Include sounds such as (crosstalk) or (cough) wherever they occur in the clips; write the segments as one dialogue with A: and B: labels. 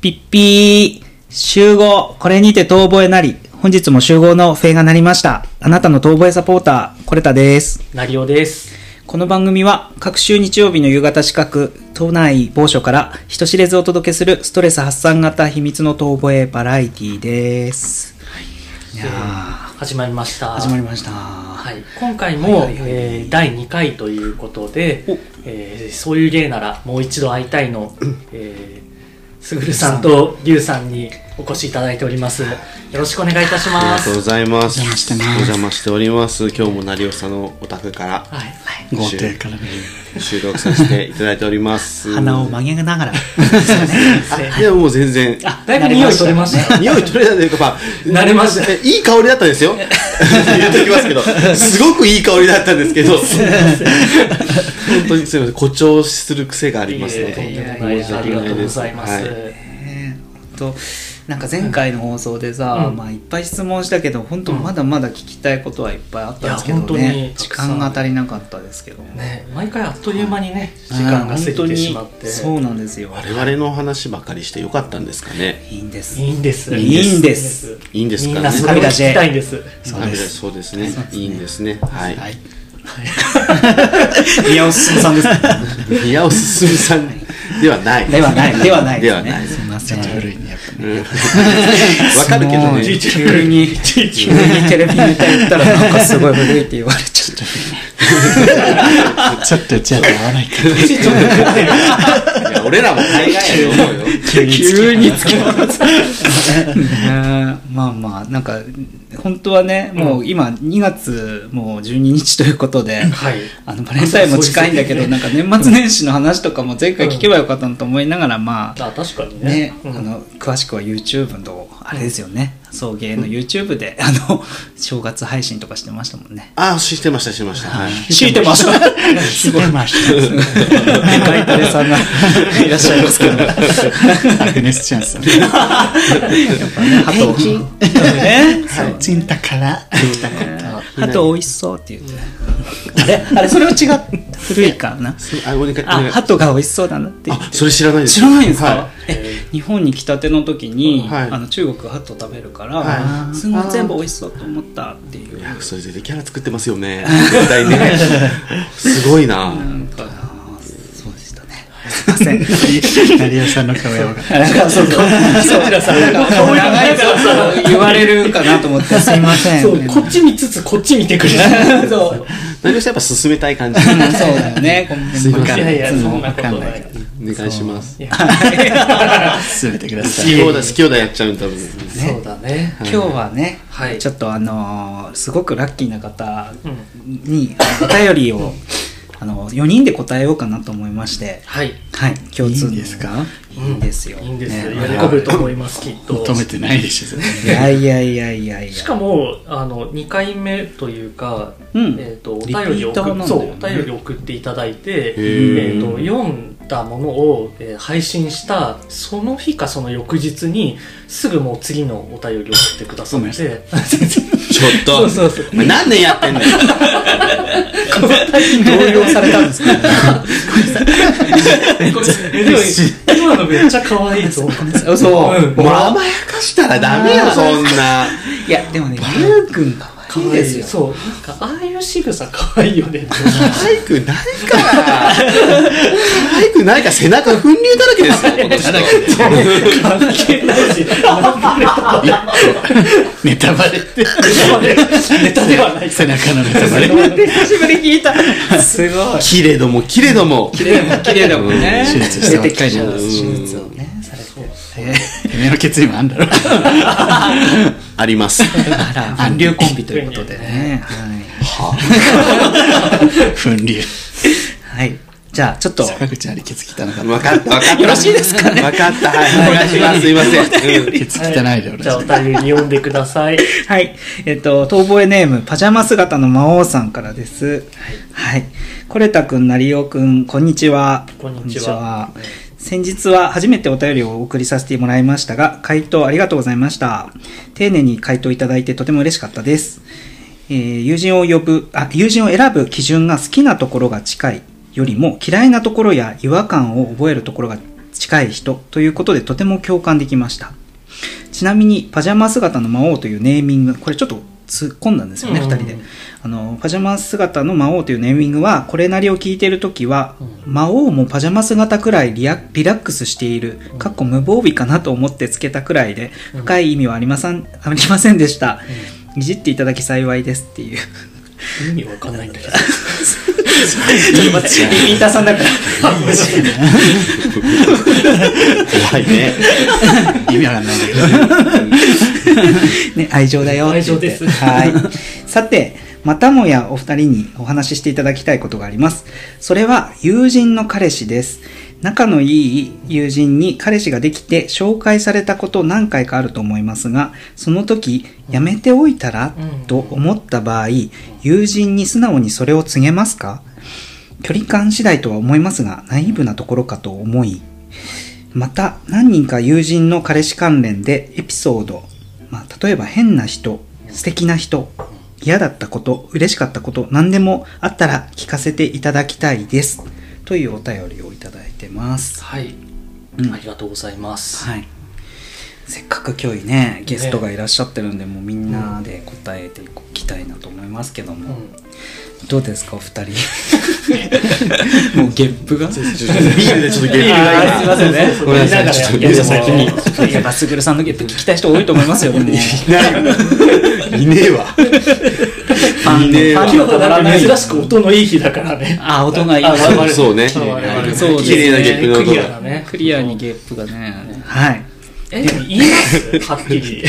A: ピッピー集合これにて遠吠えなり本日も集合の笛が鳴りましたあなたの遠吠えサポーターコレタです
B: なりおです。
A: この番組は各週日曜日の夕方近く都内某所から人知れずお届けするストレス発散型秘密の遠吠えバラエティーです、い、や
B: えー
A: ー
B: 始まりました。
A: 始まりました
B: はい、今回も、
A: はいはいはい
B: えー第2回ということで
A: お、
B: えーそういう芸ならもう一度会いたいの、えー、すぐるさんとりゅうさんにお越しいただいております。よろしくお願いいたし
C: あり
B: ま
C: がとうご
B: す。
C: ざいます。
A: お邪魔してます
C: お邪魔しております。今日も成尾さんのお宅から
B: はい、
A: 豪邸からね
C: 収録させていただいております。
A: 鼻を曲げなが
B: (laughs)
A: ら
C: いや、もう全然。
B: あ、だいぶ匂い取れました。
C: 匂い取れたというか、まあ、
B: 慣れました
C: えいい香りだったんですよ。言っときますけど、すごくいい香りだったんですけど、本当にすみません、誇張する癖があります
B: いえ
C: の
B: いえ
C: で、
B: とんでもないですあ
C: 申し
B: りがと
C: 訳な
B: うご
C: です
B: ざいます。
C: は
A: ねえほんとなんか前回の放送でさ、
B: うん
A: まあ、いっぱい質問したけど本当まだまだ聞きたいことはいっぱいあったんですけど
B: いや本当
A: ね
B: に
A: 時間が足りなかったですけど
B: ね、毎回あっという間にね、時間が過ぎてしまって。
A: うんそうなんですよ
C: 我々の話ばかりしてよかったんですかね。
A: いいんです
B: いいんです。
A: いいんです
C: いいんですか
B: みんなそれを聞きたいんです。
A: そうです
C: そうですね。いいんですね。はい。
A: はい宮尾進さんです
C: 宮尾進さんではない。
A: ではないではない
C: で
A: です
C: は
A: ね
C: ない
A: すいません
C: うんわかるけど
A: もう
C: ね。
A: 急に急にテレビネタ言ったらなんかすごい古いって言われちゃった
D: ちょっとじゃあ合わないか
C: いや俺らも海外やと思うよ。
D: 急に急につき
A: ねまあまあなんか本当はねもう今2月もう12日ということで、
B: はい。
A: あのバレンタインも近いんだけど、
B: そう
A: なん
B: で
A: か年末年始の話とかも前回聞けばよかったなと思いながら、まあ、
B: あ、確かにね。
A: ね、
B: うん
A: あの、詳しくは YouTube の、あれですよね、送迎の YouTube で、あの、正月配信とかしてましたもんね。
C: ああ、してました、してました。はい。
A: 強いてました
B: (laughs)
A: すごい
D: て。まし。
A: ガイタレ
C: (laughs)
A: さんがいらっしゃいますけど。やった
D: アグネス・チャンさん。チ
A: ぱね、ハト。ね
D: ンタからできたこ
A: あと美味しそうって言って。あれあれそれは違う。古いかな。
C: すあ、ごめんな
A: あ、
C: さい
A: ハトが美味しそうだなって言って
C: あ、。それ知らないです。
A: 知らないんですか、
C: は
A: え日本に来たての時に、
C: はい
A: あの中国ハット食べるから、
C: は
A: すごい全部美味しそうと思ったっていう
C: い。いや、それでキャラ作ってますよね。絶対ね。すごいな。
A: なんかあーそうでしたねすいません
D: と。成尾さんの顔やばかっ
A: なんかそうそう
B: こちらさ
A: なんかもう長い
B: こちらさ
A: こと言われるかなと思ってすいません
B: そう、こっち見つつこっち見てくれる。 (laughs) そう。
C: 何をしてやっぱ進めたい感じ。
A: うんそうだよねごめん
C: すいま
B: い
C: せん
B: やいや、
A: つ
B: そ
A: も
B: んなこと
D: わかん
B: な
D: ないい。
C: お願いします。
B: いや
D: た。進めてくだ
C: 好
D: さい。
C: き放題、好き放題やっちゃうんだ多分。
B: そうだね。
A: 今日はね、
B: はい
A: ちょっとあのーすごくラッキーな方
B: うん
A: にあのお便りをあの4人で答えようかなと思いまして
B: はい。
A: はい、共通の
D: いいんですか
A: いいんですよ。
B: いいんですよ。
A: ね
B: 喜ぶと思います、きっと。
D: 求めてないでしょ、それ
A: いやいやいやいやいや。
B: しかも、あの、2回目というか、
A: うん
B: えっと、お便りを
A: リピーターなんだ
B: 送
A: よ
B: っ、
A: ね
B: そう、お便りを送っていただいて、えー、
C: へー
B: と読んだものを、えー配信したその日かその翌日にすぐもう次のお便りを送ってくださっ
D: ごめんなさ
B: て
C: ちょっと。
B: そうそうそう
C: お前何年やってんだよ。
A: 動揺されたんですか
B: これでも今のめっちゃ可愛いぞ
A: そうう。
B: ん
C: もう甘やかしたらダメよ、そんな。
A: いや、でもね、りゅうくんかわいいですよ。
B: そうなんかああいう仕草可愛いよね
C: 可愛くないから。可愛くないから背中粉瘤だらけですよ、この人
B: 関係ないし
D: ネタバレって。
B: ネタではない
D: 背中のネタバレ。
A: 久しぶりに聞いた。すごい。
C: きれども、きれども。
A: 綺麗だもん、綺麗だもんね。
D: 手術したばっかりじゃん
A: 出てきちゃう手術をね、され
D: てめえの決意もあんだろ。
C: あり (laughs) ます。
A: た。あら、韓流コンビということでね。はい
D: 粉流。
A: はい。じゃあ、ちょっと。
D: 坂口ありケツ汚かっ
C: わかった、わかった。よろしいですかね。わかった、はい。お願いします。すいません。
D: た。ケツ汚いで
B: じゃあお
D: 俺。
B: 便り読んでください
A: はい。えっと、遠吠えネーム、パジャマ姿の魔王さんからです。はい。コレタくん、なりおくん、こんにちは。
B: こんにちは
A: こんにちは先日は初めてお便りをお送りさせてもらいましたが、回答ありがとうございました。丁寧に回答いただいてとても嬉しかったです。えー友人を呼ぶ、あ、友人を選ぶ基準が好きなところが近いよりも嫌いなところや違和感を覚えるところが近い人ということでとても共感できました。ちなみに、パジャマ姿の魔王というネーミング、これちょっと突っ込んだんですよね、
B: う
A: 二
B: ん
A: 人で。あの、パジャマ姿の魔王というネーミングは、これなりを聞いてるときは、魔王もパジャマ姿くらいリラリラックスしている、かっこ無防備かなと思ってつけたくらいで、深い意味はありません、 (laughs) ありませんでした。いじっていただき幸いですっていう。
B: 意味わかんないんだけど。
A: リピーターさんだから。
C: 怖いね。
D: 意味わかんないんだけど。
A: (laughs) ね、愛情だよって言って。
B: 愛情です
A: はい。さて、またもやお二人にお話ししていただきたいことがあります。それは友人の彼氏です。仲のいい友人に彼氏ができて紹介されたこと何回かあると思いますが、その時、やめておいたら
B: うん
A: と思った場合、友人に素直にそれを告げますか距離感次第とは思いますが、ナイーブなところかと思い、また何人か友人の彼氏関連でエピソード、まあ、例えば変な人素敵な人嫌だったこと嬉しかったこと何でもあったら聞かせていただきたいですというお便りをいただいてます
B: はい、
A: うん
B: ありがとうございます。
A: はいせっかく今日ねゲストがいらっしゃってるんで、もうみんなで答えていきたいなと思いますけど
B: う
A: も、
B: ん、
A: どうですかお二人 (laughs) もうゲップが
C: ビールでちょっとゲーム
A: あーすいません (laughs) ね
B: ごめんなさいちょっと
A: いやでも
B: 先
A: いやバスグルさんのゲップ聞きたい人多いと思いますよでも
C: いねえわ。
A: パン
C: いねえ
A: パ
C: わ
A: ン
B: 今。日はなんか珍しく音のいい日だからね。
A: あ音がいい
B: あ我々
C: そうね
B: あ我々ね
A: そうですね
B: 綺麗な
C: ゲップの音
B: クリアだね。
A: クリアにゲップがね。はい。
B: え、でも言いますはっきり。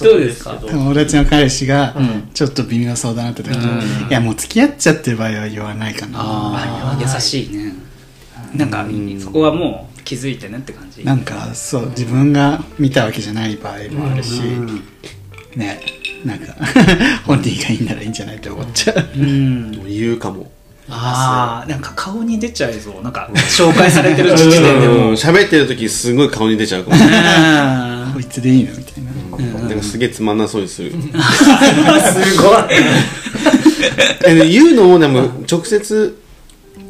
A: どうですか
B: 早速けど
D: 友達の彼氏が
A: ん
D: ちょっと微妙そうだなって時に、
A: うん
D: いやもう付き合っちゃってる場合は言わないかな
A: あ優しいね。なんか、そこはもう気づいてねって感じ。
D: なんかそう自分が見たわけじゃない場合もあるし、ねなんか本人がいいならいいんじゃないって思っちゃう、
A: うん。
C: 言うかも。
A: ああ、なんか顔に出ちゃいそう。なんか、紹介されてる時点でも。
C: 喋ってる時すごい顔に出ちゃうかも。
A: あ
D: こいつでいいのみたいな、
C: なんかすげえつまんなそうにする。
A: ーすごい。 (laughs)
C: えで言うのもでも直接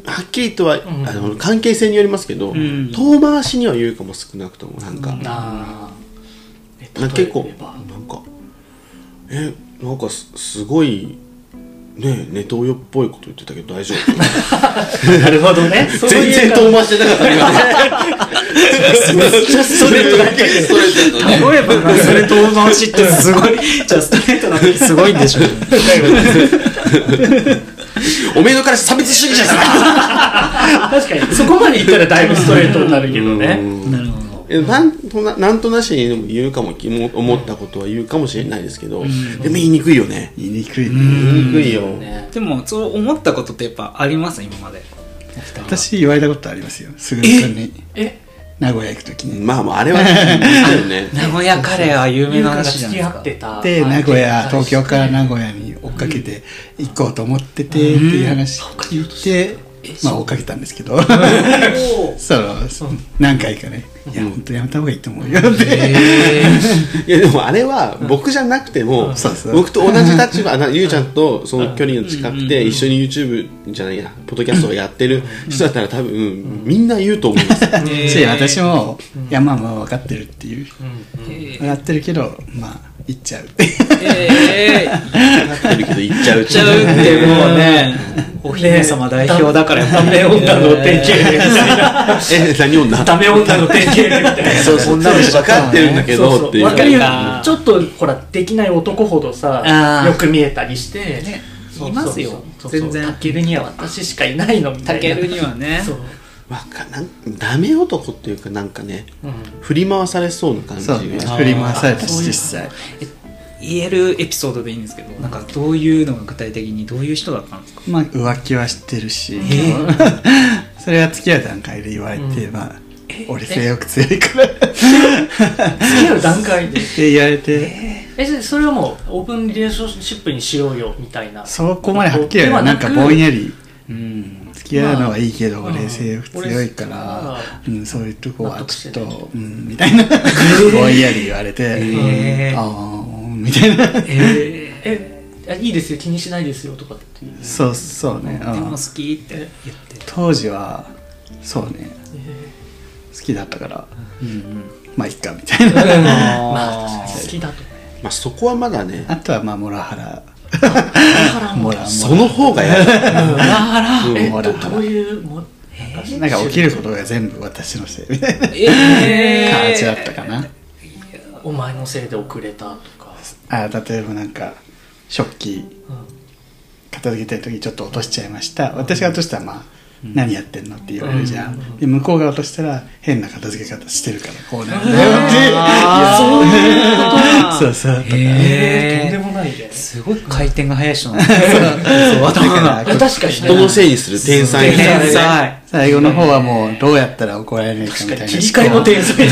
C: はっきりとは、あの関係性によりますけど、
A: ん
C: 遠回しには言うかも少なくともなんか、なんか
B: あー
C: 結構
B: 例
C: な
B: えば
C: んかえなんかすすごいねネトウヨっぽいこと言ってたけど大丈夫
B: なるほどね。そういう
C: (laughs) 全然遠回しじゃなかった今 (laughs) ねそれだけストレートだね
A: 例えば、それ遠回しってすごい。じゃあ、ストレートな時すごいんでしょうね。
C: おめえの彼氏差別主義者だ
B: 確かに、そこまで言ったらだいぶストレートになるけどね。
A: なるほど。
C: (laughs) えなんとななんとなしにでも言うかもきも思ったことは言うかもしれないですけど、でも言いにくいよね
D: 言いにくいね、
C: 言いにくいよ、
B: ね
A: でも、そう思ったことってやっぱあります今まで。
D: 私言われたことありますよすぐる君に
B: え、
D: 名古屋行く時に
C: まあまあ、あれは、だよね。
A: 名古屋カレーは有名な話じゃないです
B: 付き合
A: か
B: っ。てた。
D: で名古屋東京から名
B: 古
D: 古屋に追っかけて行こうと思っててっていう話聞いて、まあ追っかけたんですけど (laughs) そうそう何回かね「いや本当やめた方がいいと思うよ」って
C: (laughs) いや、でもあれは、僕じゃなくても
D: そうそう、
C: 僕と同じ立場、なゆうちゃんとその距離が近くて、一緒に YouTube じゃないや、ポッドキャストをやってる人だったら多分、みんな言うと思います。
D: (laughs) そ私も「いやまあまあ分かってる」っていう分かってるけどまあ行っちゃうっていう
A: ええ
C: なってるけど、言っちゃう。言っ
A: ちゃうってもうね、お姫様代表だからやっぱ
B: ダメ女の典型例ですね。
C: え、何女
B: ダメ女の典型例みたいな。
C: そう、そんなの分かってるんだけ
B: そう
C: ど
B: そ
C: って
B: う
C: いう。
B: わかるよ
A: あー
B: ちょっとほらできない男ほど
A: あ
B: さ
A: ー
B: よく見えたりしてね
A: いますよ全
B: 全
A: 然
B: 然タケルには私しかいないのみたい
A: タ
B: な
A: ケルには (laughs) ね
B: そう、
C: わかなんダメ男っていうか、なんかね、
B: うん
C: 振り回されそうな感じ
D: そ
C: が
D: うね振り回されたし実際
A: 言えるエピソードでいいんですけど、なんかどういうのが具体的にどういう人だったんですか
D: まあ浮気はしてるし、 (laughs) それは付き合う段階で言われて、まあ俺性欲強いからって
B: 付き合う段階で
D: 言われて、
B: (laughs) えじゃあそれはもうオープンリレーションシップにしようよみたいな
D: そこまではっきり
B: では
D: は
B: な
D: な
B: んく
D: かぼんやり
A: うん。
D: 付き合うのはいいけど、冷静強いか
B: ま
D: ら
B: あ、
D: うん、そういうとこはちょっ
B: 納得
D: と、うん、みたいな、ぼんやり言われて、
A: へー
D: うんあーみたいな、
A: (laughs) え
B: えあいいですよ気にしないですよとかっていう
D: そうそうね、
A: え
D: うん
A: でも好きって言って。
D: 当時はそうね、好きだったから、
A: うんうん
D: まあいっかみたいな
B: まあ、確かに好きだとね。
C: まあそこはまだね、
D: あとはまあモラハラモラ
C: その方がやだ。
B: あら、え
D: ほ
B: ど
D: ら
B: どういうも、えー
D: なんか起きることが全部私のせいみたいな
B: えー
D: 感じだったかな、
B: お前のせいで遅れたとか。
D: あー例えばなんか食器片付けてる時ちょっと落としちゃいました私が落としたらまあ、何やってんのって言われるじゃん、で向こうが落としたら変な片付け方してるからこうなるんだよって
A: そういうこと
D: いや (laughs) そうそうとか、
B: えとんで
A: へえ
B: もないで。
A: すごい回転が速い人なんだそう頭が
B: 確かに
C: 人のせいにする天才。
A: 天才
C: 天才。
D: 最後の方はもうどうやったら怒られないかみたいな
B: 切り替えの天才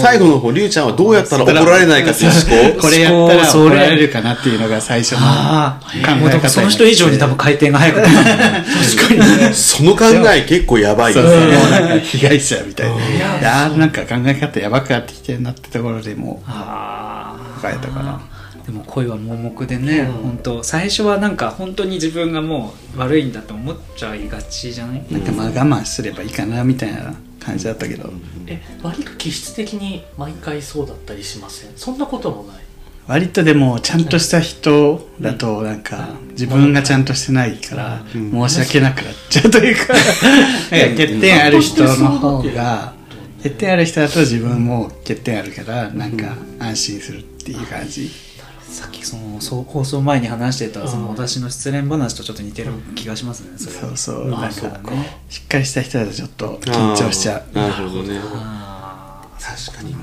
C: 最後の方、りゅうちゃんはどうやったら怒られないかっていう思考。
D: これやったら
A: そうそ
D: 怒
A: れ
D: られるかなっていうのが最初の
A: あ
D: 考え
A: あ
D: 方
A: もうだからその人以上に多分回転が速かったんだね
D: 確かに
C: その考え結構やばい
D: そ
C: よ
D: うそうも
C: ね。
D: うなんか被害者みたいな。であーなんか考え方やばくなってきてるなってところでもう
A: あ
D: 変えたかな。
A: あでも恋は盲目でね、
B: うん
A: 本当最初はなんか本当に自分がもう悪いんだと思っちゃいがちじゃない、
D: なんかまあ我慢すればいいかなみたいな感じだったけど、
B: え割と気質的に毎回そうだったりしませんそんなこともない
D: 割とでもちゃんとした人だとなんか自分がちゃんとしてないから申し訳なくなっちゃうと (laughs) いうか、なんか欠点ある人の方が、欠点ある人だと自分も欠点あるからなんか安心するっていう感じ。
A: さっきそのそう放送前に話してたその
B: うん
A: 私の失恋話とちょっと似てる気がしますねそれは
D: そうそう、
B: あ
D: なん
B: そう
D: か
B: か
D: ね、しっかりした人だとちょっと緊張しちゃう。
C: なるほどね。
A: ああ
C: 確かにな。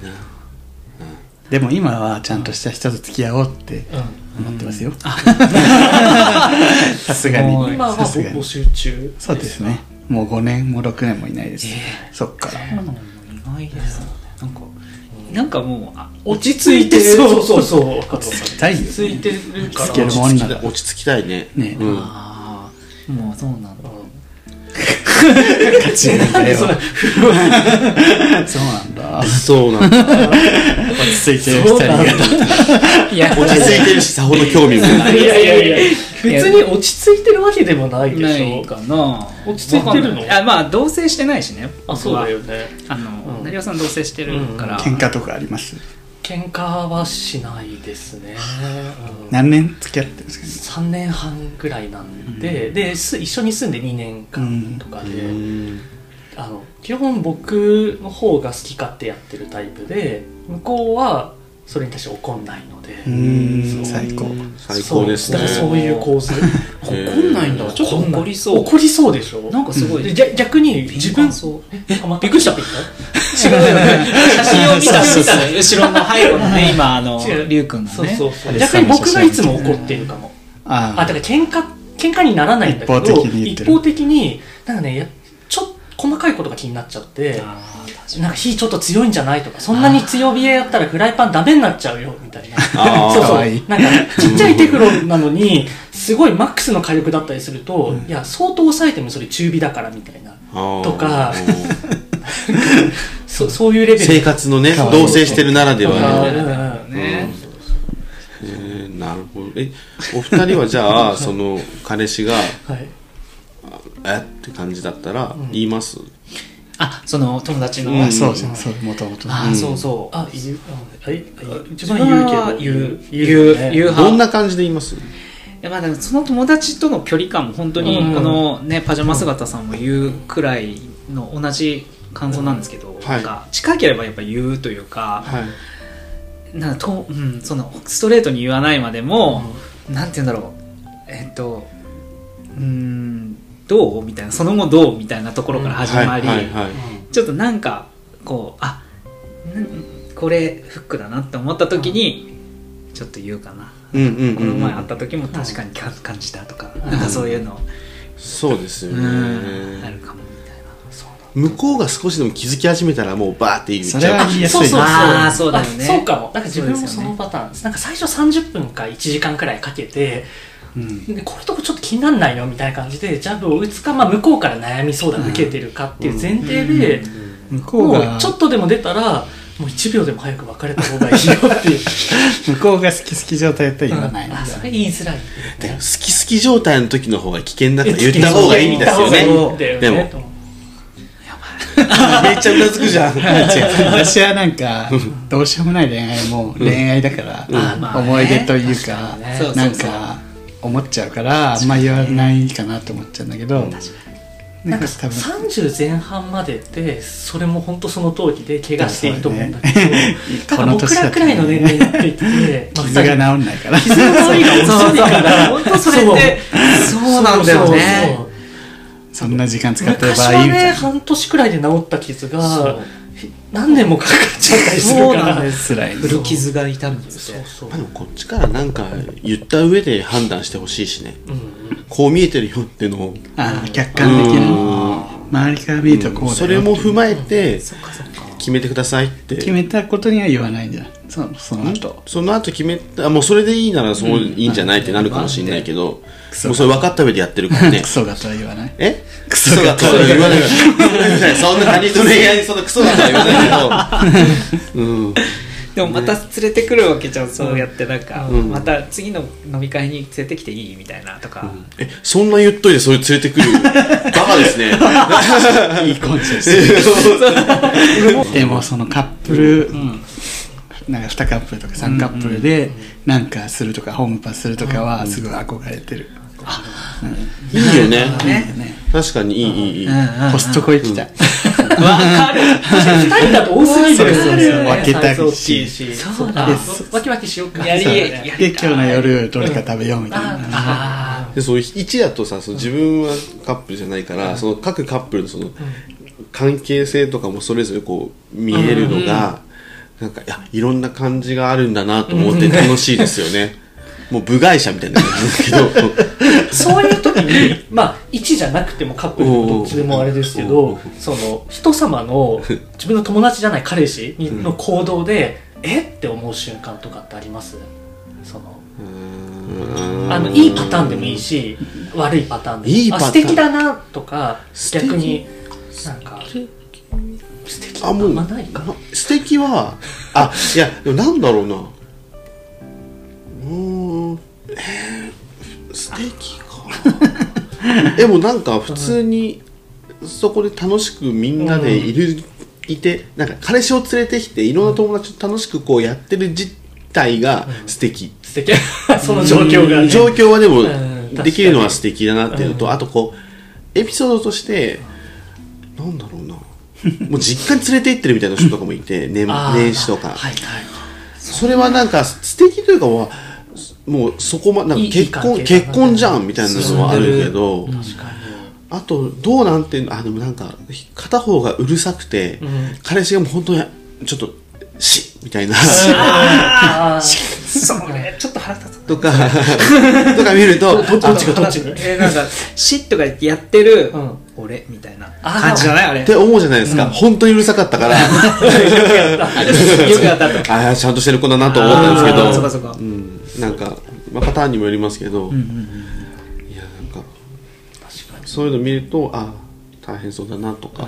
D: でも今はちゃんとした人と付き合おうって思ってますよ。 (laughs) さすがに
A: すご。い
B: 今は
D: さすが
B: 募
D: に。
B: 集中
D: そうですね。もう5年も6年もいないです。
A: え
D: そっから。
A: そうなの意外ですねなんかなんかもうあ
B: 落ち着いてそうそうそう (laughs) 落ち
D: 痛いよ、
B: 着い
D: ね。
B: てるから
D: つけるもんなら。
C: 落ち着きたいね。
D: ね
C: うん。
A: ああもうそうなんだ
D: 立ち上がりだよ。
B: それ
D: そうなんだ。
C: そうなんだ。
D: 落ち着いてる人にありがとう。
A: いや
C: 落ち着いてるし、さほど興味もない。
B: いやいやいや別に落ち着いてるわけでもないでしょ
A: ないかな
B: 落ち着いてるの
A: わかんないあまあ同棲してないしね
B: あそうだよね
A: 僕はあの、
B: うん
A: 成尾さん同棲してるから、
D: 喧嘩とかあります
B: 喧嘩はしないですね、うん
D: 何年付き合ってるんですかね
B: 3年半ぐらいなんで、です一緒に住んで2年間とかで、あの基本僕の方が好き勝手やってるタイプで向こうはそれに対して怒んないので、
D: うーん、最高。
C: 最高ですね。
B: そうだからそういう構 (laughs) 図
A: 怒んないんだちょっと怒りそう
B: 怒りそうでしょ
A: なんかすごい、
B: で逆逆に自分
A: そう
B: えあまたびっくりした
A: 違うよね写真を見
B: (laughs)
A: た
D: そうそうそう
A: 見た後ろの背後のね今あの
B: 違う
A: 龍君がね
B: そうそうそう
D: ね
B: 逆に僕がいつも怒ってるかも
D: あ
B: あだから喧嘩喧嘩にならないんだけど
D: 一方的に言ってる
B: 一方的になんかねやちょっと細かいことが気になっちゃって
A: あー確か
B: なんか火ちょっと強いんじゃないとか、そんなに強火でやったらフライパンダメになっちゃうよ、みた
D: (laughs)
B: いな。
C: あー
B: (laughs) そうそ
D: か
B: う。
D: わいい
B: なんか、ちっちゃいテフロンなのに、すごいマックスの火力だったりすると、いや、相当抑えてもそれ中火だから、みたいな。とかそそういうレベル。
C: 生活のね、
D: かわいい
C: 同棲してるならで
B: とか、
C: は
B: うん
C: ね。
B: うんうん
A: ね
C: えーなるほど。え、お二人はじゃあ、その、彼氏が、
B: はい。
C: えって感じだったら、言います
A: あその友達の、
D: あ、そうじゃん、そう、もともと。
A: あーそうそう
B: あ、言う、あえあ一番
A: 自分
B: 言
A: は
B: うけ
A: 言
B: ど。
A: う
B: 言う
A: 言う
B: ね
A: 言う
C: どんな感じで言います
A: いやまあでもその友達との距離感も本当に
B: うん
A: このね、パジャマ姿さんも言うくらいの同じ感想なんですけど、
C: い
A: なんか近ければやっぱ言うというか,、
C: はい。
A: なんかと、うん、そのストレートに言わないまでも、なんて言うんだろうえっとうーんどうみたいなその後どうみたいなところから始まり、
C: はいはいはい
A: ちょっとなんかこうあんこれフックだなって思った時に、ちょっと言うかな
C: うんうんうんうん
A: この前会った時も確かにか感じたとか、なんかそういうの、
C: そうですよ
A: うん、ある
C: ね。
A: かもみたいな。
B: そう
C: 向こうが少しでも気づき始めたら、もうバーって言っち
D: それ
C: ゃ
D: は
C: う。
D: 言い
B: だ
D: やす
B: そう
D: い
B: そうそう
D: な。
A: あーそうだよね
B: あそうかもなんか自分も
A: そうです
B: そ
A: よね
B: のパターンです、なんか最初30分か1時間くらいかけてでこれとこちょっと気になんないのみたいな感じでジャブを打つか、まあ、向こうから悩み相談受けてるかっていう前提で、
D: 向こう
B: も
D: が
B: うちょっとでも出たらもう1秒でも早く別れた方がいいよっていう
D: 向こうが好き好き状態とは言わないんだ
B: あそれ言いづらい
C: でも好き好き状態の時の方が危険だと言った方がいいんですよ
B: 言った方がいい
C: ね。
B: んだよ
C: でも
B: と思う
C: めっちゃうなずくじゃん。
D: (laughs) 違う私はなんかどうしようもない恋愛も恋愛だから、
B: あまあね
D: 思い出というか
B: 確かにね
A: そうそうそう
D: なんか思っちゃうからあんま言わないかなと思っちゃうんだけど
B: なんか
D: 多分
B: 30前半までってそれも本当その通りで怪我していいと思うんだけど、た
D: こ
B: だ
D: の
B: 僕
D: 年だ
B: ら
D: と
B: くらいの年齢になっていって、まあ
D: 傷が治んないから
B: 傷が多いが遅いから本当それって
A: そうなんだよね
B: そうそう
D: (laughs) そんな時間使ってれ
B: 昔
D: ば
B: はい
D: いみたい
B: ね
D: な
B: 半年くらいで治った傷
A: そ
B: が
A: う
B: 何年もかかっちゃったりする
A: そう
B: か
A: なん
B: ら
A: だよ
D: 辛いね
A: 古傷が痛むんです
B: そ
A: よ
B: うそう
C: まあでもこっちからなんか言った上で判断してほしいしね。
B: うんうん
C: こう見えてるよっていうのを。
D: あー客観的な周りから見るとこうだよ
C: それも踏まえて
A: そっかそっか
C: 決めてくださいって。
D: 決めたことには言わないんじゃないそのその後
C: その後決めた、あもうそれでいいならそういいんじゃないってなるかもしれないけど、もうそれ分かった上でやってるからね
D: ク。ソがとは言わない
C: えク
D: ソ
C: が
D: が
C: とは言わない。 (laughs) そんな他人と恋愛にそんなクソがとは言わないけど。うん。
A: でもまた連れてくるわけじゃん、そうやってなんか、
C: うん
A: また次の飲み会に連れてきていいみたいなとか、
C: (laughs) え、そんな言っといてそれ連れてくる。 (laughs) バカです (laughs) ね。
D: いいコンセプトでもそのカップル、なんか2カップルとか3カップルでなんかするとかホームパスするとかはすごい憧れてる、
C: い (laughs) いよね。
A: ね
D: ね
C: 確かにいい、いい、いい。
D: コストコ行きたい、
B: 二人だと多すぎる
A: そうそうそう
D: 分けたいし
B: 大きいし
A: そう
B: あ
A: だ
B: ワキワキしようか
A: やり
B: そうだ
A: や
B: ね
D: で今日の夜どれか食べようみたいな、
B: あ
C: でそう1だとさその自分はカップルじゃないから、その各カップルのその関係性とかもそれぞれこう見えるのが、なんかいやいろんな感じがあるんだなと思って楽しいですよね、もう部外者みたいな感じだけど
B: ーそういう時
C: (laughs)
B: にまあ1じゃなくてもカップルでもどっちでもあれですけ
C: おうおう
B: どその人様の自分の友達じゃない彼氏にの行動でえって思う瞬間とかってありますそのあのいいパターンでもいいし悪いパターンでも
C: いいパターン
B: あ素敵だなとか
C: 素敵
B: 逆になんか素敵
C: あ
B: あ
C: も
B: ん
C: う
B: まないか
C: 素敵はあいやでもなんだろうなうーんえー、素敵かでもなんか普通にそこで楽しくみんなでいる、いてなんか彼氏を連れてきていろんな友達と楽しくこうやってる実態が素敵、
B: 素敵 (laughs) その状況がね
C: 状況はでも
B: うん
C: できるのは素敵だなっていうのと、あとこうエピソードとしてなんだろうなもう実家に連れて行ってるみたいな人とかも
B: (laughs)
C: いて年
B: あー
C: 年始とか、
B: はいはい
C: それはなんか素敵というかはもうそこまなんか
B: いい
C: 結婚
B: いい関係だな
C: 結婚じゃんみたいなのはあるけど、
B: 確か
C: あとどうなんてあでもなんか片方がうるさくて、
B: ん
C: 彼氏がもう本当にちょっとしみたいな。 (laughs)
B: あー
A: それちょっと腹立つ
C: とか、 (laughs) とか見ると、どっち
B: どっちがどっちが
A: (laughs) えーなんか「し」とか言ってやってる「
B: うん
A: 俺」みたいな
B: あー
A: 感じじゃ (laughs) ないあれ
C: って思うじゃないですか、本当にうるさかったから
A: よくやったと
C: ああちゃんとしてる子だなと思ったんですけ
A: あーそ
C: ど
A: うかそうか
C: うん、なんか、まあ、パターンにもよりますけど、いやなんか
B: 確かに
C: そういうの見るとああ大変そうだなとか、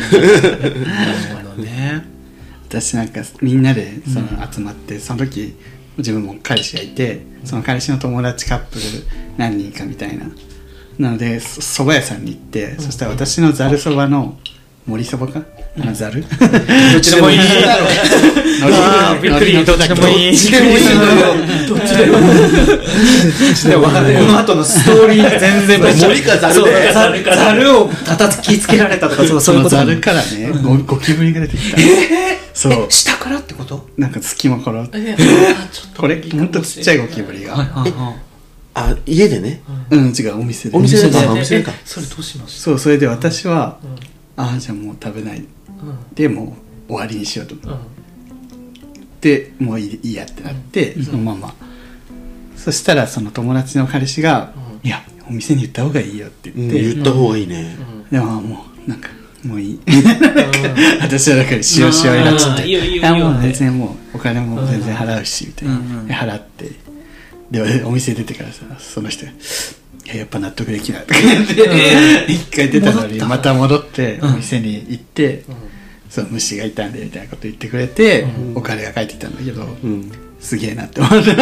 D: なるほどね私なんかみんなでその集まって、その時自分も彼氏がいてその彼氏の友達カップル何人かみたいななのでそ蕎麦屋さんに行って、そしたら私のざるそばの森そばかあのざる、
A: どっちでもいいだろ
D: あーびっくり
A: どっちでもいいどっちでもいいどっちでもいいこの後のストーリー全然
C: 森かざるで
A: そう (laughs) ざるざるを叩きつけられたとかそう
D: そ
A: そういう
D: の
A: こと
D: ざるからね、ゴゴキブリが出てきたそう
A: え下からってこと
D: なんか隙間から
B: えーあーちょっと
D: これほんとちっちゃいゴキブリが、
C: あ家でね、
D: うん違うお店で
C: お店で
D: で
C: あお店か
B: えそれどうしました
D: そうそれで私は、ああじゃあもう食べないでもう終わりにしようと
B: うん
D: 思って、もういいいいやってなって、そのままそしたらその友達の彼氏が「いやお店に言った方がいいよ」って
C: う
D: 言
C: ん、
D: って、
C: 言った方がいいね、
D: でももうなんかもういいなんか私はだから塩しようになっちゃっ
A: う
D: て
A: ん
D: 「
A: いいよいいよいいよ
D: やもう全然もうお金も全然払うし」みたいな、
A: うんうん
D: で払ってでお店出てからさその人がいややっぱ納得
A: (laughs)
D: できないとか言って一回出たのにまた戻ってお店に行って、その虫がいたんでみたいなこと言ってくれて、お金が返ってきたんだけど、
C: うん
D: すげえなって思った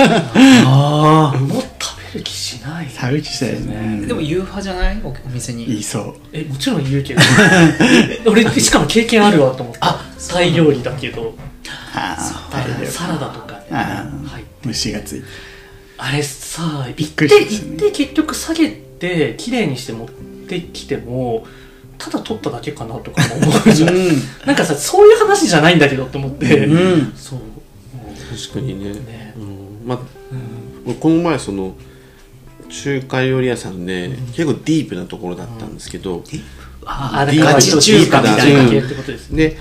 A: ああ
B: もう食べる気しない
D: 食べきしたいですね。
A: でも言う派じゃないおお店に
D: いいそ
B: えもちろん言うけど (laughs) 俺しかも経験あるわと思ってあタイ料理だけど
D: う。あ
B: タイサラダとかね
D: あー
B: 入って
D: あ、虫がついて。
B: あれさ行
D: び
B: っ
D: ってくりします
B: 行
D: ね
B: って結局下げて綺麗にして持ってきてもただ取っただけかなとかも思うじゃんなんかさそういう話じゃないんだけどと思って、
A: うん、うん、
B: そうも
C: 確かにね
B: うね
C: うんまあ
B: うん
C: 俺この前その中華料理屋さんで、結構ディープなところだったんですけど、
B: ああだ
C: ディー
B: から
C: プ
B: ちょっと中華みたいな系
C: ディープだ
B: ってことですね
C: で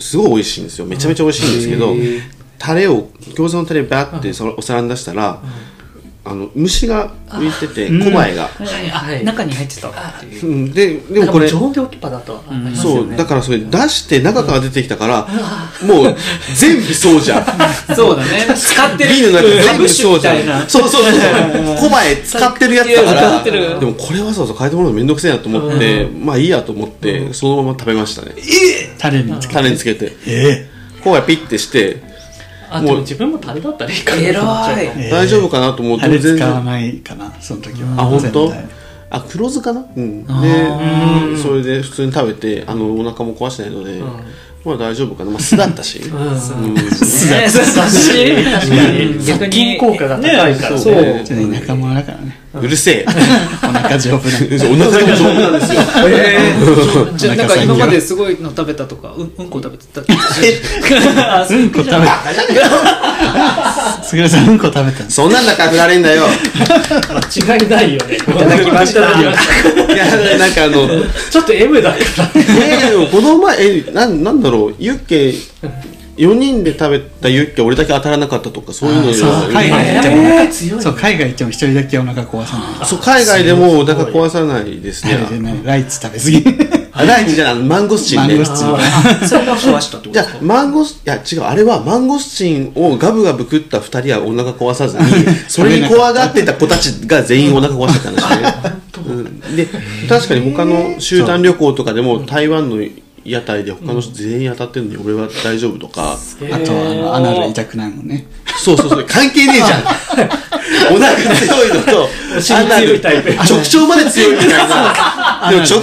C: すごい美味しいんですよめちゃめちゃ美味しいんですけど、タレを餃子のタレバーってそのお皿に出したら、あの虫が浮いてて
D: うん
C: 小前が、
B: はい
A: あ
B: はい
A: 中に入ってたっていう
C: うんでで
B: でも
C: もこ
B: これ
C: れ
B: 常温で置きっぱだとはあります
C: そ
B: よ
C: う
B: ね
C: だからそれ出して中から出てきたから、もう全部そうじゃん
A: そうだね (laughs) 使ってる
C: 瓶の中全部そうじゃ
A: みたいなん
C: そうそうそう小前使ってるやつだか
A: 使
C: ら
A: ってる
C: でもこれわざわざ変えてもらうのめんどくせえなと思って、まあいいやと思って、そのまま食べましたね
D: タレにつけ
C: タレにつけて
D: え
C: 小前ピッてして
B: あでも
C: もう
B: 自分もタレだったらいいかな
A: 偉い
D: え
C: 大丈夫かなと思っ
D: タ
C: て
D: レ
C: 全
D: 使
C: 然
D: わないかな、その時は。
C: あ本当
D: 絶対
C: あ黒酢かなうん
A: あ
C: でそれで普通に食べてあのお腹も壊してないので、
B: うん
C: まあ大丈夫かなまあ酢だったし、うん
B: うん
A: ね優しい
B: 確か
A: 逆
B: に殺
A: に
B: 菌効果が高いから
C: ね (laughs) そう
B: ね
C: ね
D: じゃあ仲間だからね。
C: うるせえ
D: お腹丈夫なんで。
C: そうお腹が丈夫なんですよ
A: えーじゃあ
D: お
A: なん
D: 腹
A: か
D: さんには
A: 今まですごいの食べたとかうんうんこ食べてたってあ
D: うん (laughs) こ食べた。すぐるさん、うんこ食べたんです。
C: そんなんだから振られんだよ
B: 間違いないよねいた
A: だきました
C: いやなんかあの
B: ちょっと M だから
C: えでもこの前えなんなんだろうユッケ4人で食べたユッケ俺だけ当たらなかったとかそういうの
D: あそう
C: うん
D: 海外行っても
B: えー強いね
D: そう、海外行っても一人だけお腹壊さない。
C: そう海外でもお腹壊さないです
D: あ
C: ね
D: れでね、ライチ食べ過ぎ。
C: あ第二じゃないマンゴスチン
D: マン
C: ね
D: ゴスチン。
A: それが壊したってこと
C: じ
A: で
C: ゃ
A: す
C: あ
A: か
C: マンゴスいや違うあれはマンゴスチンをガブガブ食った2人はお腹壊さずにそれに怖がってた子たちが全員お腹壊してた
B: (laughs)
C: んですね、うん、で確かに他の集団旅行とかでも台湾の屋台で他の人全員当たってるのに俺は大丈夫とか、
D: あと、あの、アナル痛くないもんね。
C: そうそうそう関係ねえじゃ
B: (laughs)
C: んお腹強いのと
B: お尻強いタイプ
C: アナル直腸まで強いみたいなでも直腸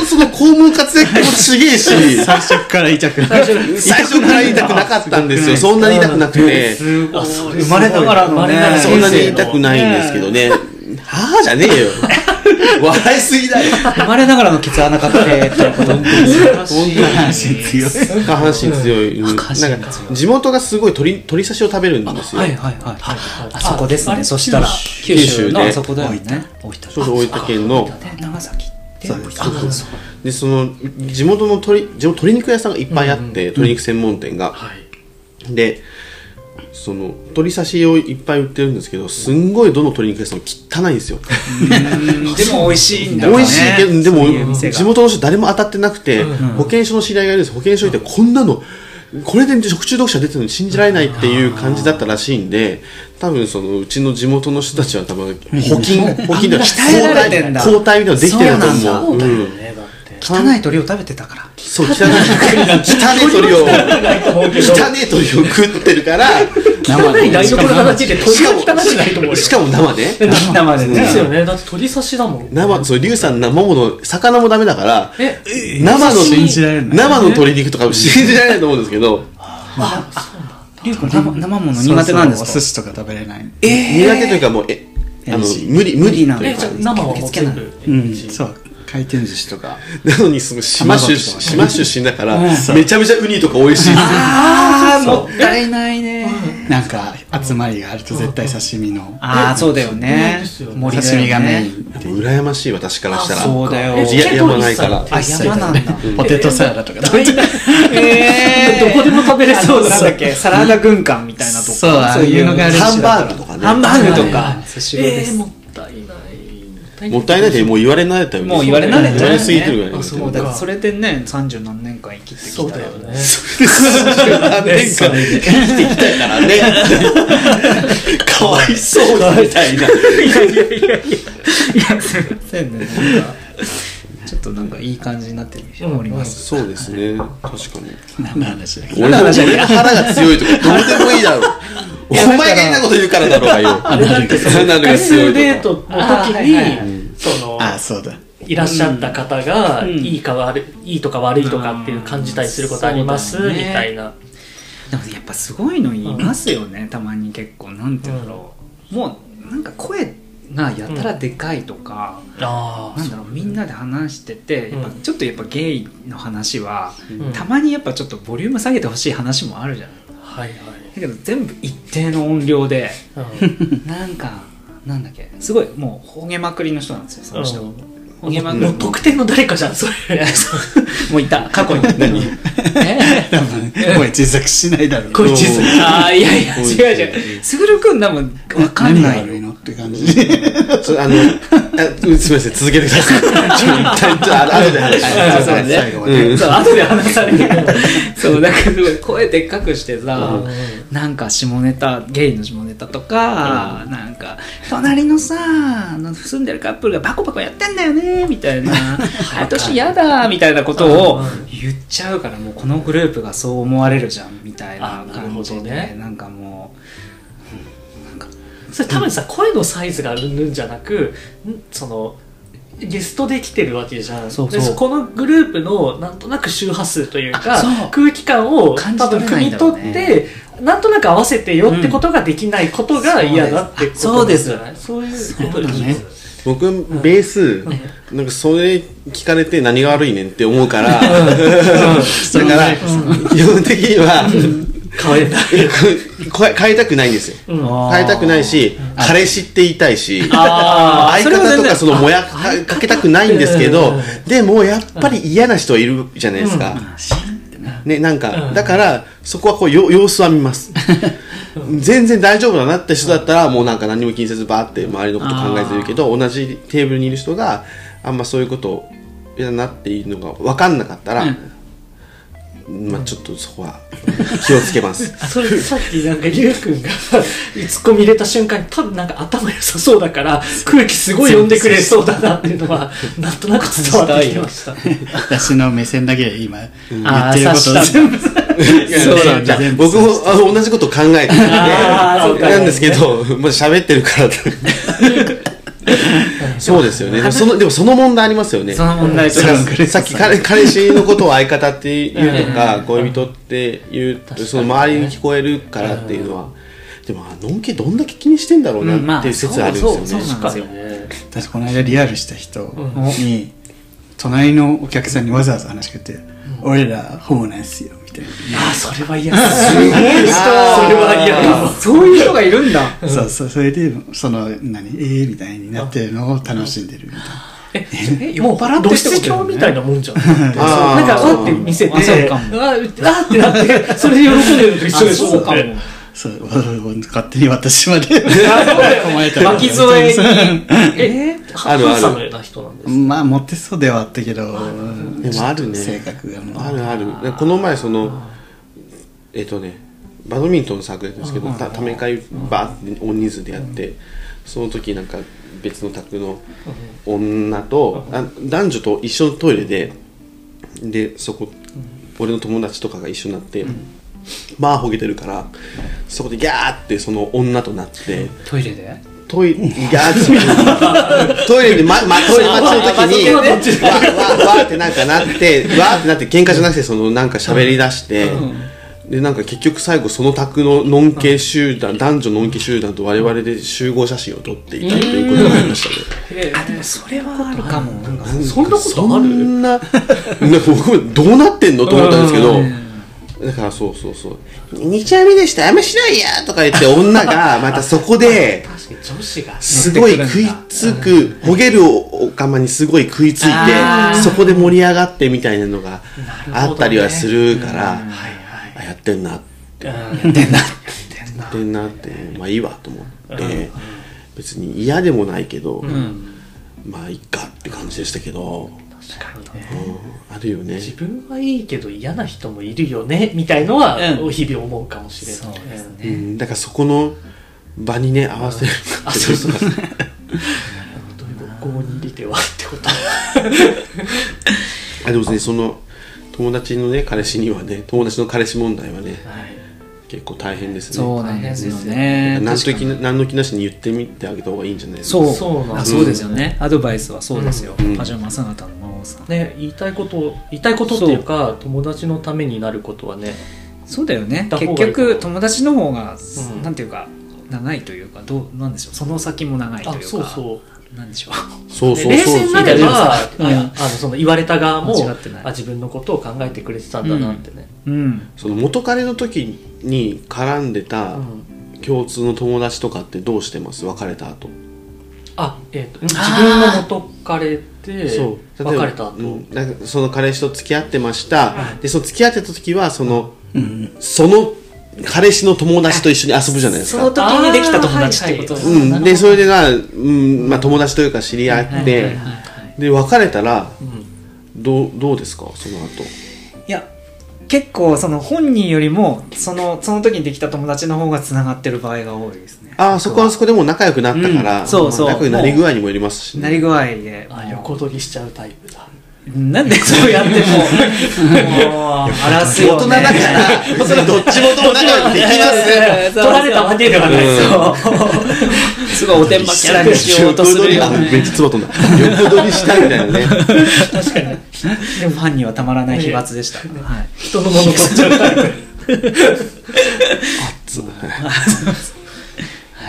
C: とその肛門活躍もすげ
B: (laughs)
C: えし
D: 最初から痛くない。
C: 最初から痛くなかったんです (laughs) よ。そんなに痛くなくて。
B: あそう
A: 生まれながらのね
B: 生まれながら
C: そんなに痛くないんですけどね。はあじゃね (laughs) えよ。笑いすぎだよ。
A: 生まれながらのケツ穴確定っていうこと
D: 半身強い。
C: 下半身強い。うん
A: 下半身が強い
C: なんか地元がすごい鳥鶏刺しを食べるんですよ
A: は。いはいはいあ (laughs) そこです
B: あれ
A: ねそしたら九州の
C: 九州で
A: あそこだよね大分
C: ちょうど大分県の。
A: で長崎って
D: そうですそう
A: あそう
C: で、その地元の鶏、地元鶏肉屋さんがいっぱいあって、鶏肉専門店が。
B: はい
C: で、その鶏刺しをいっぱい売ってるんですけど、すんごいどの鶏肉屋さんも汚いんですよ。
A: でも美味しいんだ
C: 美味しいけど、でも
A: そういう店が
C: 地元の人誰も当たってなくて、保健所の知り合いがいるんです保健所行ってこんなのこれで食中毒者出てるのに信じられないっていう感じだったらしいんで多分そのうちの地元の人たちは多分補菌補菌では
A: 鍛えられてんだ
C: 抗体みたいなのできてると
A: そうなん
C: 思う
B: そうだよ
C: うん
B: ねだって
A: 汚い鳥を食べてたから
C: そう汚い汚い鳥を汚い鳥を食ってる
A: (laughs)
C: から
D: 生
B: 汚い
D: で
B: 台所の話で鳥
C: し
B: が
C: か
B: 汚くないと思う
C: もしかも生で
A: 生で
B: ですよねだって鳥刺しだもん
C: 生そう龍さん生もの魚もダメだから
B: え
C: 生の
D: 信じられない
C: 生の鶏肉とか (laughs) 信じられないと思うんですけど
A: リュウ君生生もの苦手なんですか
D: そうそうお寿司とか食べれない。
C: 苦手というかもうえあの
D: NG
C: 無理無理な
A: 無理
B: えじゃあ生はもう全部
D: うん、そう。回転寿司とか。
C: なのにその島出
D: 卵と
C: 身
D: か
C: 島出身だからめちゃめちゃウニとか美味しいんですよ
A: ああもったいないね
D: なんか、集まりがあると絶対刺身の。
A: ああそうだよね
B: そうですよね
A: 森
D: 刺身がメイン。
C: でも羨ましい私からしたら
A: そうだよ
B: え
C: いや山ないから
A: あ山なんだ
D: ポテトサラダとか食べて
A: (laughs) え
B: どこでも食べれそう
A: な
B: だ
A: んだっけサラダ軍艦みたいなとこ
D: そうああいうのがあるし
C: ハンバーグとかね
A: ハンバーグと
B: は
A: か
B: い
A: スシローで
B: えー
A: す
B: もったいない
C: もったいないってもう言われ慣れたよね
A: もう言われ慣れ
C: 言
A: ちゃ
C: わ
A: う
C: れすぎてるぐらい
B: あ
C: です (laughs)
B: そ
C: よ
B: う
A: もうだってそれでね三十何年間生きてきた
B: そうだ
A: (laughs)
B: よね
C: 何年か生きてきたからね (laughs) かわいそうみたいない
A: やすいませんねなんかちょっとなんかいい感じになっております
C: そうですね確かに
D: 何の話だっけ
C: 俺の腹が強いとかどうでもいいだろうお前が変なこと言うからだろうがよ。
B: あれだってその
C: なるが
B: 複
C: 強
B: 数
C: いとか
B: デートの時
D: あーはいはい
B: にその
D: あそうだ
B: いらっしゃった方が
A: うん
B: いいか悪いいいとか悪いとかっていう感じたりすることあります
A: うん
B: みたいな
A: でもやっぱすごいのいますよね、たまに結構なんていうんだろう、もうなんか声がやたらでかいとか、
B: あ
A: なんだろうみんなで話してて、
B: うん
A: やっぱちょっとやっぱゲイの話は、
B: うん
A: たまにやっぱちょっとボリューム下げてほしい話もあるじゃない
B: はいはい
A: だけど全部一定の音量で
B: うん
A: なんかなんだっけすごいもうほげまくりの人なんですよその人、
B: うん
A: ほげまくり
B: もう特定の誰かじゃんそ
A: い
B: れ
A: やそうもういた過去に
B: (laughs)
A: え
D: 多分声小さくしないだろう
B: こいつ
C: そう
A: ああいやいや
C: こいつ
A: 違う違う卓君多分分かん
D: 何が
A: ない
D: 悪いのって感じ
C: そあの、あうんすみません、続けてください。ちょ一旦、ちょ、あの後で話し
A: あ
C: ま
A: そうだね
D: 最後まで
C: うん
A: そう後で話されるけど (laughs) そうなんかすごい声でっかくしてさ、なんか下ネタゲイの下ネタとか、なんか隣のさあの住んでるカップルがバコバコやってんだよねみたい (laughs) な私嫌だみたいなことを
B: うん
A: 言っちゃうからもうこのグループがそう思われるじゃんみたいな
B: あなる
A: 感
B: ほ
A: じ
B: ど
A: で
B: ね
A: な,、んかも
B: それ多分さ声のサイズがうんぬんじゃなくんそのゲストで来てるわけじゃん
A: そうそう
B: でこのグループのなんとなく周波数というか
A: あそう
B: 空気感を
A: 感じ
B: 多
A: 取
B: 分
A: れないん
B: 汲み
A: だろう
B: 取
A: ね
B: ってなんとなく合わせてよってことができないことが嫌だってこと
A: そうです
B: なんじゃないそういうことです
D: そうだね
C: 僕、ベース、なんか、それ聞かれて何が悪いねんって思うから、だから、基本的には、
B: 可愛いな
C: 変え変えたくないんですよ。
B: うん
C: 変えたくないし、彼氏って言いたいし、
B: あ
C: (laughs) 相方とかそのもやかかけたくないんですけど、でもやっぱり嫌な人はいるじゃないですか。ね、なん
B: う
C: か、
B: ん
C: だから、そこはこう、よ様子は見 (laughs) ます。全然大丈夫だなって人だったら、もうなんか何も気にせずバーって周りのこと考えてるけど、同じテーブルにいる人があんまそういうこと嫌だなっていうのが分かんなかったら、まあちょっとそこは気をつけます。
B: それさっきなんかりゅうくんがツッコミ入れた瞬間に多分なんか頭良さそうだから空気すごい読んでくれそうだなっていうのはなんとなく伝わってきました
D: 私の目線だけで今言
A: あ
D: っ
A: ー
D: てるこ
A: 察
D: と
A: した
D: 全部
C: そうなんだ。僕もあの同じこと考えてるんで、
B: あーそうか
C: なんですけど、まあ喋ってるからだ。そうですよね。でもそのでもその問題ありますよね。
A: うその問題と
C: だから
A: か
D: そう
C: さっき彼彼氏のことを相方って言うとか恋人って言うその周りに聞こえるからっていうのはでもあのんけどんだけ気にしてんだろ
A: う
C: う
A: んま
C: な
A: あ
C: っていう説あるんです
A: そう
C: よ
A: そう
C: ね
A: そうなんですよ
B: ね
D: 私この間リアルした人に、隣のお客さんにわざわざ話しかけて、俺らホモなんすよ、みたいな。
B: あーそれは嫌だすごい人それは嫌だ
A: そう (laughs) いう人がいるんだ
D: そうそう、それで、その、何、ええみたいになってるのを楽しんでるみたい
B: えもうバラ
A: って
B: 露
A: ことだよね
B: 出狂みたいなもんじゃんあー
C: あー
B: なんかわって見せて
A: あそう
B: あ
A: かも
B: ーうってあーってなってそれで喜んでるのと一緒でしょ
A: そうかも
B: だって
D: な。そう、勝手に私まで。お前 (laughs) から
A: 巻き添えにえー
B: ハ
C: あるある
B: ンサムな人なんです
D: まあ、モテそうではあったけど、うん
C: でもあるね
D: 性格がもう。
C: あるあるでこの前そのえっとねバドミントンのサークルですけどたため会バーって大人数でやってその時なんか別の宅の女とあ男女と一緒のトイレででそこ俺の友達とかが一緒になってまあほげてるからそこでギャーってその女となって
A: トイレで
C: トイレギャーってトイレでままトイレ待ちの時にわ
B: あ待ちの時ね
C: わわわってなんかなってわーってなって喧嘩じゃなくてそのなんか喋り出して、でなんか結局最後その宅ののんけ集団、男女のんけ集団と我々で集合写真を撮っていたということがありましたね。
A: あでもそれはあるかもなんか
B: そんなことあ
C: そ
B: る
C: んな、なんか僕もどうなってんのと思ったんですけど、だからそうそうそう、2丁目でした、やめしないやとか言って女がまたそこで、
B: 確かに女子が
C: すごい食いつく、ほげるお釜にすごい食いつ
A: あー
C: いて、そこで盛り上がってみたいなのがあったりはするから、
B: はいはい
C: あやってんな、や
B: うん
C: ってんなって、まあいいわと思って、別に嫌でもないけど、まあいっかって感じでしたけど、
B: 確かにね
C: うんあるよね。
B: 自分はいいけど嫌な人もいるよねみたいのは
A: うん
B: 日々思うかもしれない、
A: そうですね
C: うんだからそこの場にね、合わせる
B: あそう
C: (laughs)
B: そうそうどういうこと合にりてはってこと
C: あでもねその友達のね彼氏にはね友達の彼氏問題はね結構大変ですね
A: そうなんですよ
C: な
A: ね
C: んか何の
A: 確か
C: 気
A: に
C: 何の気なしに言ってみてあげた方がいいんじゃないですか
A: そう
B: そうなんです
A: あそうですよねアドバイスはそうですよ、
C: うん
A: あじゃあ正方の魔王さん
B: (laughs) ね、言いたいこと言いたいことっていうか友達のためになることはね
A: そうだよね
B: 行った
A: 結
B: 方がいいかな
A: 局友達の方が、
B: うん
A: なんていうか長いというかどうなんでしょうその先も長いと
B: あ
A: いうか
B: そうそう
A: なんでしょ
B: (laughs)
C: そう
B: で
C: そうそう
B: 冷静になればあ
A: うん
B: あのその言われた側も
A: 間違ってない
B: あ自分のことを考えてくれてたんだなってね、
A: ううん
C: その元彼の時に絡んでた
B: うん
C: 共通の友達とかってどうしてます別れた後
B: あえっ、と自分の元彼で
C: そう
B: 別れた後、
C: うんなんかその彼氏と付き合ってました、でその付き合ってた時はその、
D: うん
C: その彼氏の友達と一緒に遊ぶじゃないです
A: その
C: か
A: 時にできた友達ってこと
B: あー
A: う
B: はいはい
A: ん
C: うん、でそれでが、うんまあ、友達というか知り合って、
A: はいはいはい
C: で別れたら
B: うん
C: どうどうですかその後
A: いや結構その本人よりもそのその時にできた友達の方がつながってる場合が多いですね
C: ああそこはそこでもう仲良くなったから、
A: うんそうそう
C: まあ仲良くなり具合にもよりますし、
A: なり具合で
B: あ横取りしちゃうタイプだ
A: なんでそうやって
B: (laughs)
A: ももう荒らすよ、ね、
C: 大人だ
A: (laughs)
C: からそれどっちもとも仲良くできますね
A: ね
B: 取られたわけではないですよ、
A: すごいおてんばキャラに (laughs) しようとするよ
C: 横取りあめっちゃ妻とんだ横取りしたみたいなね
B: 確かに
A: でもファンにはたまらない飛沫でした、はい、
B: 人のもの取っちゃうタイプ
A: は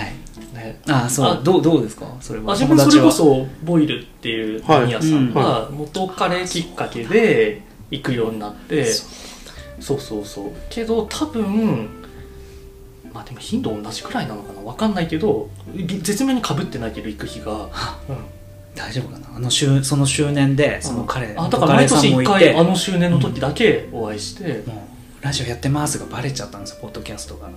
A: い、
B: (laughs) ね
A: あそう
B: あ
A: どうどうですかそれ
B: ま
A: は
B: あ、自分それこ
A: 友
B: そボイルっていう
C: はい
B: 飲み屋さん
C: は
B: が元彼きっかけで行くようになって、そうそうそうけど多分まあでも頻度同じくらいなのかなわかんないけど絶妙にかぶってないけど行く日
C: (laughs)
B: が、
A: 達は大丈夫かなあの週その周年でその彼、
B: あだから
A: お
B: 毎
A: 彼さん
B: 年
A: もい
B: 1
A: て
B: 回あの周年の時だけお会いして、うん
A: もうラジオやってますがバレちゃったんですよポッドキャストが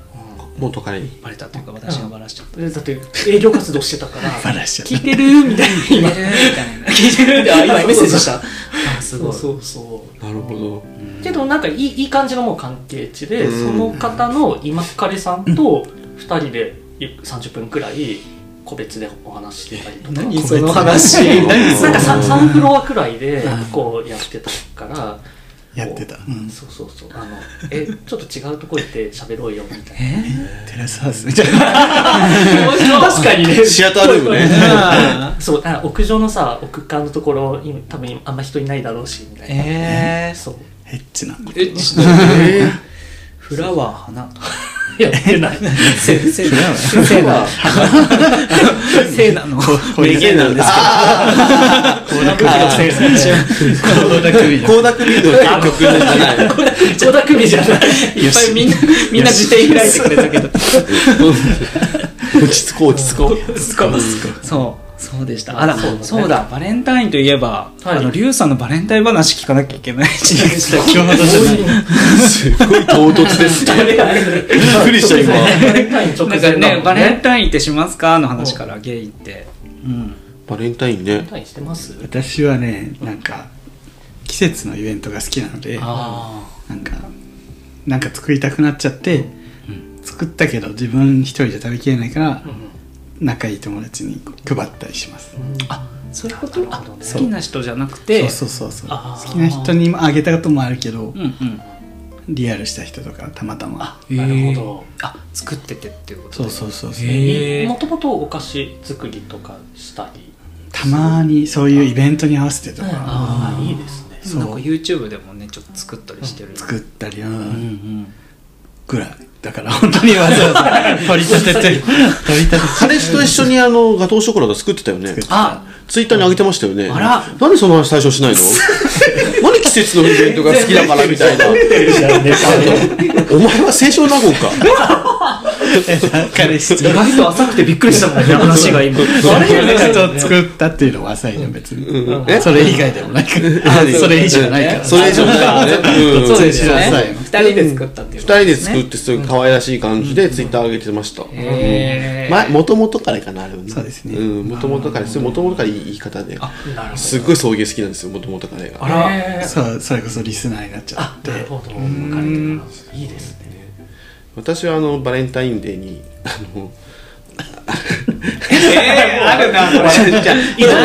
C: 元彼に
A: バレたというか私がバラしち
B: (laughs)
A: ゃった、
B: でだって営業活動して
A: (laughs)
B: たから
D: バラしちゃった
B: 聞いてるみたいな
A: 聞い
B: 今
A: てるみたい
B: (laughs)
A: な
B: 聞いてるってあ今メッセージした
A: あ (laughs) すごい
B: そうそう
C: なるほど
B: けどなんかいいいい感じのもう関係値で、
C: うん
B: その方の今彼さんと2人で30分くらい個別でお話してたりとか
A: 何その (laughs) 話
C: 何
B: なんか 3, 三フロアくらいでこうやってたから、
D: やってた、うん、
B: そうそうそうあのえちょっと違うとこ行って喋ろうよみたいな
A: え
D: テラスハウスみたいな
B: 確かにね
C: シアタールームね
A: ー
B: そうあ屋上のさ奥側のところ今多分あんま人いないだろうしみたいな、
A: えー、
B: そう
D: エッチなこと
A: え
C: え
A: フラワー花とか
B: やって
C: (laughs)
B: ない
A: せせ
D: フラワー
A: せな (laughs) せなの
C: ー、名言なんです
D: 行動だけ見
C: け
D: る
C: ど倖田來未の曲じゃない
B: (laughs) 小田首じゃない
A: いっぱいみんなみんな辞典開いてくれたけど
C: 落ち着こう落ち着こう
A: そうそうでしたあらそう,、だバレンタインといえば、
B: はい
A: あのリュウさんのバレンタイン話聞かなきゃいけないし
D: 今日のどうじゃない
C: すごい唐突ですね
B: 誰がね
C: びっくりした今
B: バレンタイン直
A: なん
B: 前
A: か
B: だもん
A: ねバレンタインってしますかの話からゲイって、うん、
C: バレンタイン
B: バレン
C: ね
B: タインしてます
D: 私はねなんか季節のイベントが好きなので
B: あ
D: なんかなんか作りたくなっちゃって、作ったけど自分一人じゃ食べきれないから、仲いい友達に配ったりします、
A: そういうこと
B: な
A: あ
B: るほどね
A: 好きな人じゃなくて
D: そうそうそうそう
B: あー
D: 好きな人にもあげたこともあるけど、
A: うんうん
D: リアルした人とかたまたま
B: あなるほど
A: あ作っててっていうこと
D: そうそううそうそう、
A: へえ
B: もともとお菓子作りとかしたり
D: たまにそういうイベントに合わせてとか
B: ああいいですね
D: そう
A: なんか YouTube でもねちょっと作ったりしてる、
D: 作ったり、うん
A: うんうん
D: ぐらいだから本当にわざわざ (laughs) 取り立てて取り立てて
C: 彼氏と一緒にあのガトーショコラが作ってたよね
A: あ
C: ツイッターに上げてましたよね
A: あら
C: なんでその話最初しないの
A: (laughs)
C: 何季節のイベントが好き
D: (laughs)
C: だからみたいなお前は清少納言か
D: 彼氏と
A: 意外と浅くてびっくりしたもんね話が今あれ
D: (laughs) 彼氏と作ったっていうのは浅いじゃん別に、
C: うんえ
D: それ以外でもないからそれ以上ないから
C: それ以上ないよね、うん
A: そう
D: う
A: で
D: ですす
A: よ
D: よ
A: ね
D: ね
A: 2人で作ったっていう
C: 二人で作ってすごい可愛らしい感じでツイッター上げてました、
A: へー
C: 前もともとからかなあれはね
D: そうですね
C: うんもともとからもともとからいい言い方で
B: なるほど
C: すっごい送迎好きなんですよもともと彼が
A: あら
B: えー
D: そうそれこそリスナーになっちゃっ
B: なる
D: て
B: ほど分かれてるないいですね
C: 私はあのバレンタインデーにあの
E: えー、あるな、これ。
C: じゃあ
B: いた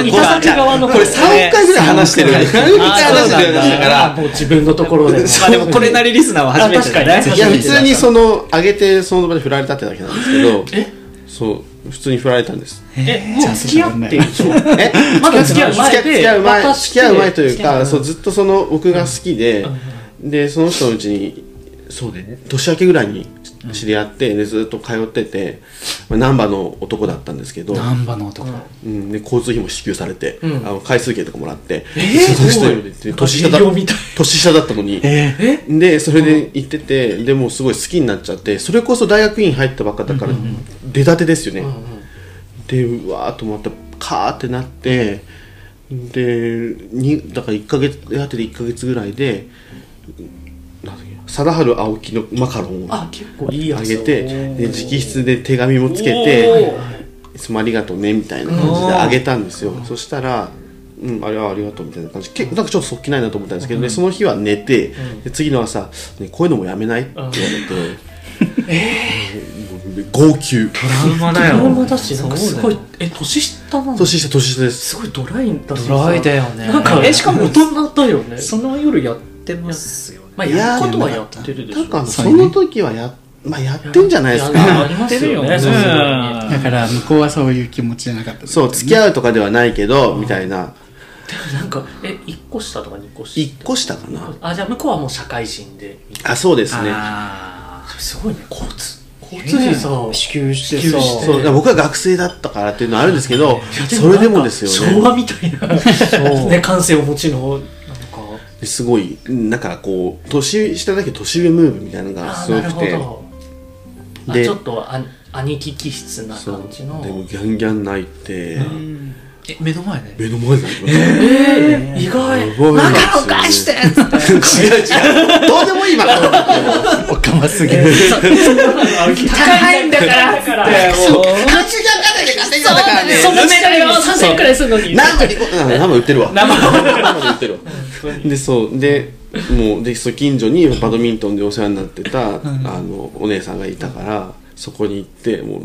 B: いただく側の
C: (laughs) これ3回ぐらい話してる3回ぐらい話してる話だか
B: あ
C: ら
B: (laughs) もう自分のところでも
E: まあでも、これなりリスナーは初めてだ
B: あ確かに
E: ね。
B: ね
C: いや普通にその上げてその場で振られたってだけなんですけどそう普通に振られたんです
B: えもう付き合ってる
C: え
B: まだ付き合う前で
C: 付き合う前
B: 私
C: 付き合う前という
B: 付き合
C: かそうずっとその僕が好きで、でその人のうちにそうね年明けぐらいに知り合って、でずっと通ってて、まあ、難波の男だったんですけど、
D: 難波の男
C: うん、で交通費も支給されて、
B: ん
C: あの回数券とかもらって、
B: えー
C: その人よりで年下だ
B: 営業みたい
C: 年下だったのに、
D: え
B: え
C: でそれで行ってて、でもうすごい好きになっちゃってそれこそ大学院入ったばっかだから、出たてですよね、でうわーっと思ってカーってなってでにだから1ヶ月やってて1ヶ月ぐらいでなんだっけ貞治青木のマカロンを
B: あ結構いいやつ
C: あげてで直筆で手紙もつけ
B: お
C: て
B: ー
C: 「いつもありがとうね」みたいな感じであげたんですよそしたら「うんあれはありがとう」みたいな感じ結構なんかちょっとそっきないなと思ったんですけど、ねその日は寝て、で次の朝、ね「こういうのもやめない?」って言われて。えー、号泣
E: あんまだ
B: ドラ
E: よ。
B: マだしなんかすごいえ年下なの
C: 年下年下です
B: すごいドライだしさ
E: ドライだよね
B: なんか
E: えしかも
B: 大人だよね
E: その夜やってますよね。
B: まあ
C: いや
B: やることはやってるでしょ
C: なんか
D: そ
C: そう
D: ね
C: の時はや、まあ、やってんじゃないです
B: いや
C: か。
B: ありますよね
E: やって
B: そ
E: るよね
B: ういうの
D: だから向こうはそういう気持ちじゃなかった
C: そう、付き合うとかではないけど、みたいな。
B: なんかえ一個下とか二個下
C: 一個下かな。
B: あじゃあ向こうはもう社会人で
C: あ、そうですね。
E: あ
B: すごいね交通交通費さ
E: あ。支給して
B: 支給
E: さ。
B: して
C: そう、だから僕は学生だったからっていうのはあるんですけど、それでもです
B: 昭
C: よね。
B: 和みたいな、ね、感性をお持ちの、なんか、
C: すごい、なんかこう、年下だけど年上ムーブみたいなのが
B: あ
C: す
B: ー
C: ご
B: なる
C: く
B: ほ
C: て。
B: ど。あ
C: で
B: ちょっとあ兄貴気質な
C: そう
B: 感じの。
C: でもギャンギャン泣いて、
E: え、目の前で
C: 目の前で泣いて。 (laughs)
B: えー、意外。
C: マカロン返して (laughs) 違う違う。どうで
B: (laughs)
C: もいいマカロン。
D: おかますぎる
E: 高いんだから
B: だから、
C: 口がかで稼いだからね。
B: そのメダルを3000円くらいするのに。
C: なんか (laughs) リコ、生売ってるわ。生売ってるわ。で、そう、で、もう、で、そう、近所にバドミントンでお世話になってた、あの、お姉さんがいたから、そこに行って、もう、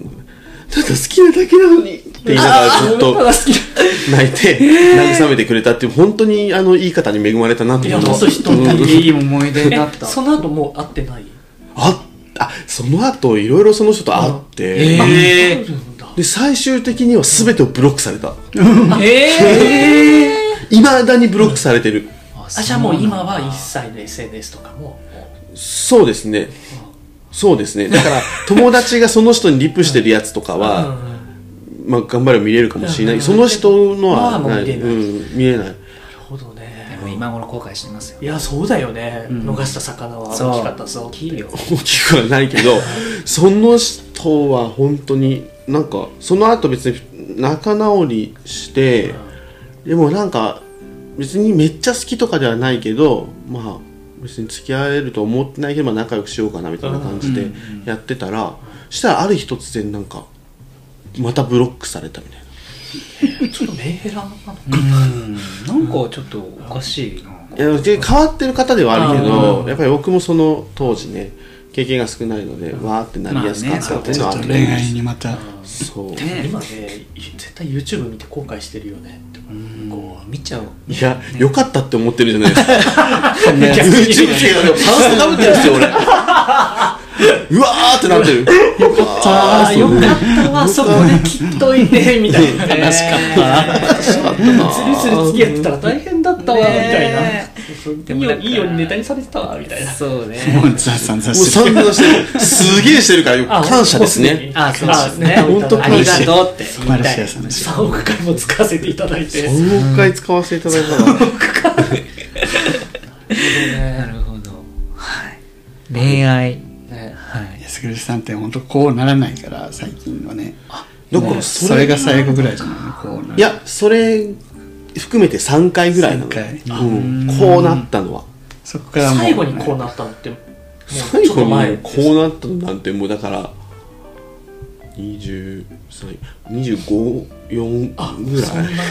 C: ただ好きなだけなのにって言いながらずっと泣いて、慰めてくれたっていう、本当にあの、いい方に恵まれたなと
B: い
C: 思
B: や、
C: っ
B: もうそう
C: て。
B: 人だけ。
E: いい思い出だった。
B: えその後もう会ってない
C: あ、あ、その後、いろいろその人と会って、あ
B: あ
E: え
B: るんだ。
C: で、最終的には全てをブロックされた。
E: ー、え
C: いまだにブロックされてる。
B: あ、じゃあもう今は一切の SNS とかも。
C: そうですね。そうですね。
B: (laughs)
C: だから、友達がその人にリプしてるやつとか
B: う
C: は、
B: んな
C: まあ、頑張れば見れるかもしれな
B: うん
C: い。その人のは
B: まあ
C: な
B: 見れ
C: い。
B: ない
C: うん、見れない。
B: るほどね
E: ー。もう今頃後悔してますよ。
B: いや、そうだよね。逃した魚は大きかったぞ。大きいよ。
C: 大きくはないけど、その人は本当に、なんか、その後別に仲直りして、でもなんか、別にめっちゃ好きとかではないけど、まあ、別に付き合えると思ってないけど、まあ仲良くしようかなみたいな感じでやってたら、したらある日突然なんか、またブロックされたみたいな。
B: ちょっとメンヘラなのかな
E: なんかちょっとおかしいな。
C: いやで変わってる方ではあるけ
B: あー
C: どやっぱり僕もその当時ね経験が少ないのでわーってなりやすかったっていう
D: ち
C: の
D: ょ
C: は
D: っ
C: あ
D: と
C: る
D: 恋愛にまた
C: そう
E: ね
B: 今ね絶対 YouTube 見て後悔してるよねこう
E: 見ちゃう。
C: いや良かったって思ってるじゃないですか
B: (laughs) 逆
C: YouTube
B: に
C: つけたらパンストかぶってるんですよ
B: (laughs)
C: 俺うわーってなってるよかった
B: あーよか
C: っ
B: ったわそこで切っといてみたいな悲しか
C: (laughs)
B: ったずるずる付き合ってたら大変だったわみたいな
E: ね
B: いいよいいようにネタにされてたわみたいな
E: そうね。
D: もうザさんザ
C: もう
D: して
C: 散々してるすげえしてるからよ
B: あ
C: 感謝です
B: もう
C: ね
B: に
E: あそうですね
B: あネタをい
C: 本
B: た
C: 当
B: だ
E: あ
B: いて
E: りがとうって言
D: マ
E: い
D: ルシ
E: た
D: ア
E: い。
D: さんでし
B: 3億回も使わせていただいて
C: 3億回使わせていただいたら
E: なるほど。はい。恋愛。はい。
D: 安倉さんって本当こうならないから最近はね
C: だから
D: もう
C: それ
D: それが最後ぐらいじゃないのこうなる
C: いやそれ含めて3回ぐらいなの
D: 三
C: うんこうなったのは
D: そこからもう
B: 最後にこうなったのってもう
C: 最
B: ちょっ
C: 後
B: と
C: に
B: 前
C: こうなったのなんてもうだから234ぐら
B: そんない前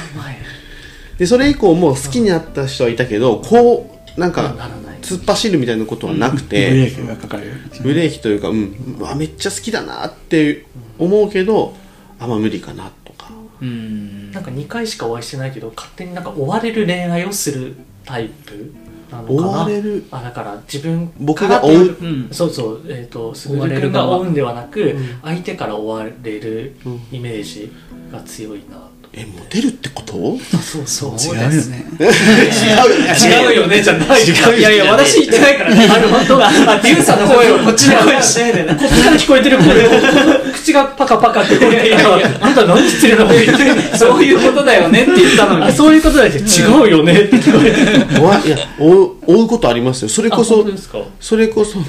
C: でそれ以降もう好きになった人はいたけどこうなん
B: うんなら
C: か
B: ない
C: 突っ走るみたいなことはなく
D: ブレ
C: て
D: ーキがかかるように
C: ブレーキというかうんうわめっちゃ好きだなって思うけどあんま無理かなとか
A: うん
B: なんか2回しかお会いしてないけど勝手になんか追われる恋愛をするタイプなのかな
C: 追われる
B: あだから自分
C: 僕
B: から
C: が追う
A: うん
B: そうそうえっ、とす
A: 追わ
B: ぐ
A: れる
B: る君
A: 側
B: が追うんではなく、
C: ん
B: 相手から追われる
C: うん
B: イメージが強いなと、
C: えモテるってこと
B: あそうそう
D: 違うよね。
B: 違うよねじゃない
E: いやいや、私言ってないか
B: (laughs)
E: らね。あの、本当は、あデューサの声をこっちの声しないでね。
B: こっちから聞こえてる声を口がパカパカってこ (laughs) えてるあんた何してるのって言って
E: そういうことだよねって言ったの
B: あ (laughs)
E: に。
B: そういうことだけど違うよねって言われて
C: 追わいや追う追うことありますよそれこ
B: あ
C: そ
B: 本当ですか
C: それこそい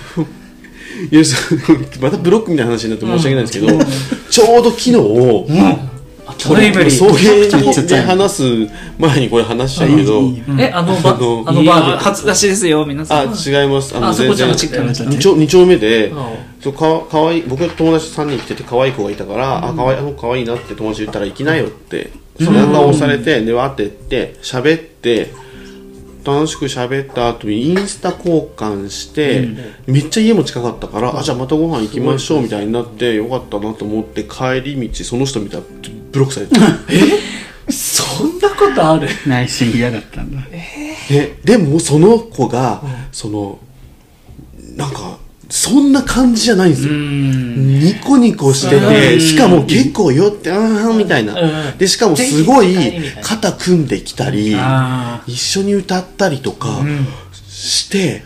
C: やそまたブロックみたいな話になって申し訳ないんですけど、ちょうど昨日
E: トレイブリ
C: 送
E: ー。
C: 迎で話す前にこれ話しちゃうけど
B: えあのバ
C: あの
B: あのバーで
E: 初出しですよ、皆
C: あ
E: さん。
C: 違いますあの
B: あそ
C: 全
B: こじゃ
C: 然
B: なくて
D: 全然
C: 二丁二丁目で
B: うん
C: そうかかわいい僕は友達3人来てて可愛い子がいたから、あかわいいあの可愛いなって友達言ったら行きなよって背中を押されて、でわーって言って喋って楽しく喋った後にインスタ交換して、めっちゃ家も近かったから、あじゃあまたご飯行きましょうみたいになってよかったなと思って帰り道その人見たらブロックされ
B: (laughs)
C: てた
B: そんなことある
D: 内心嫌だったんだ。
C: えでもその子が、そのなんかそんな感じじゃないんですよ、ニコニコしてて、しかも結構酔って、あーみたいな。
B: うん
C: で、しかもすごい
B: ぜひ帰りみたいな
C: 肩組んできたり、
D: あ
C: 一緒に歌ったりとかして、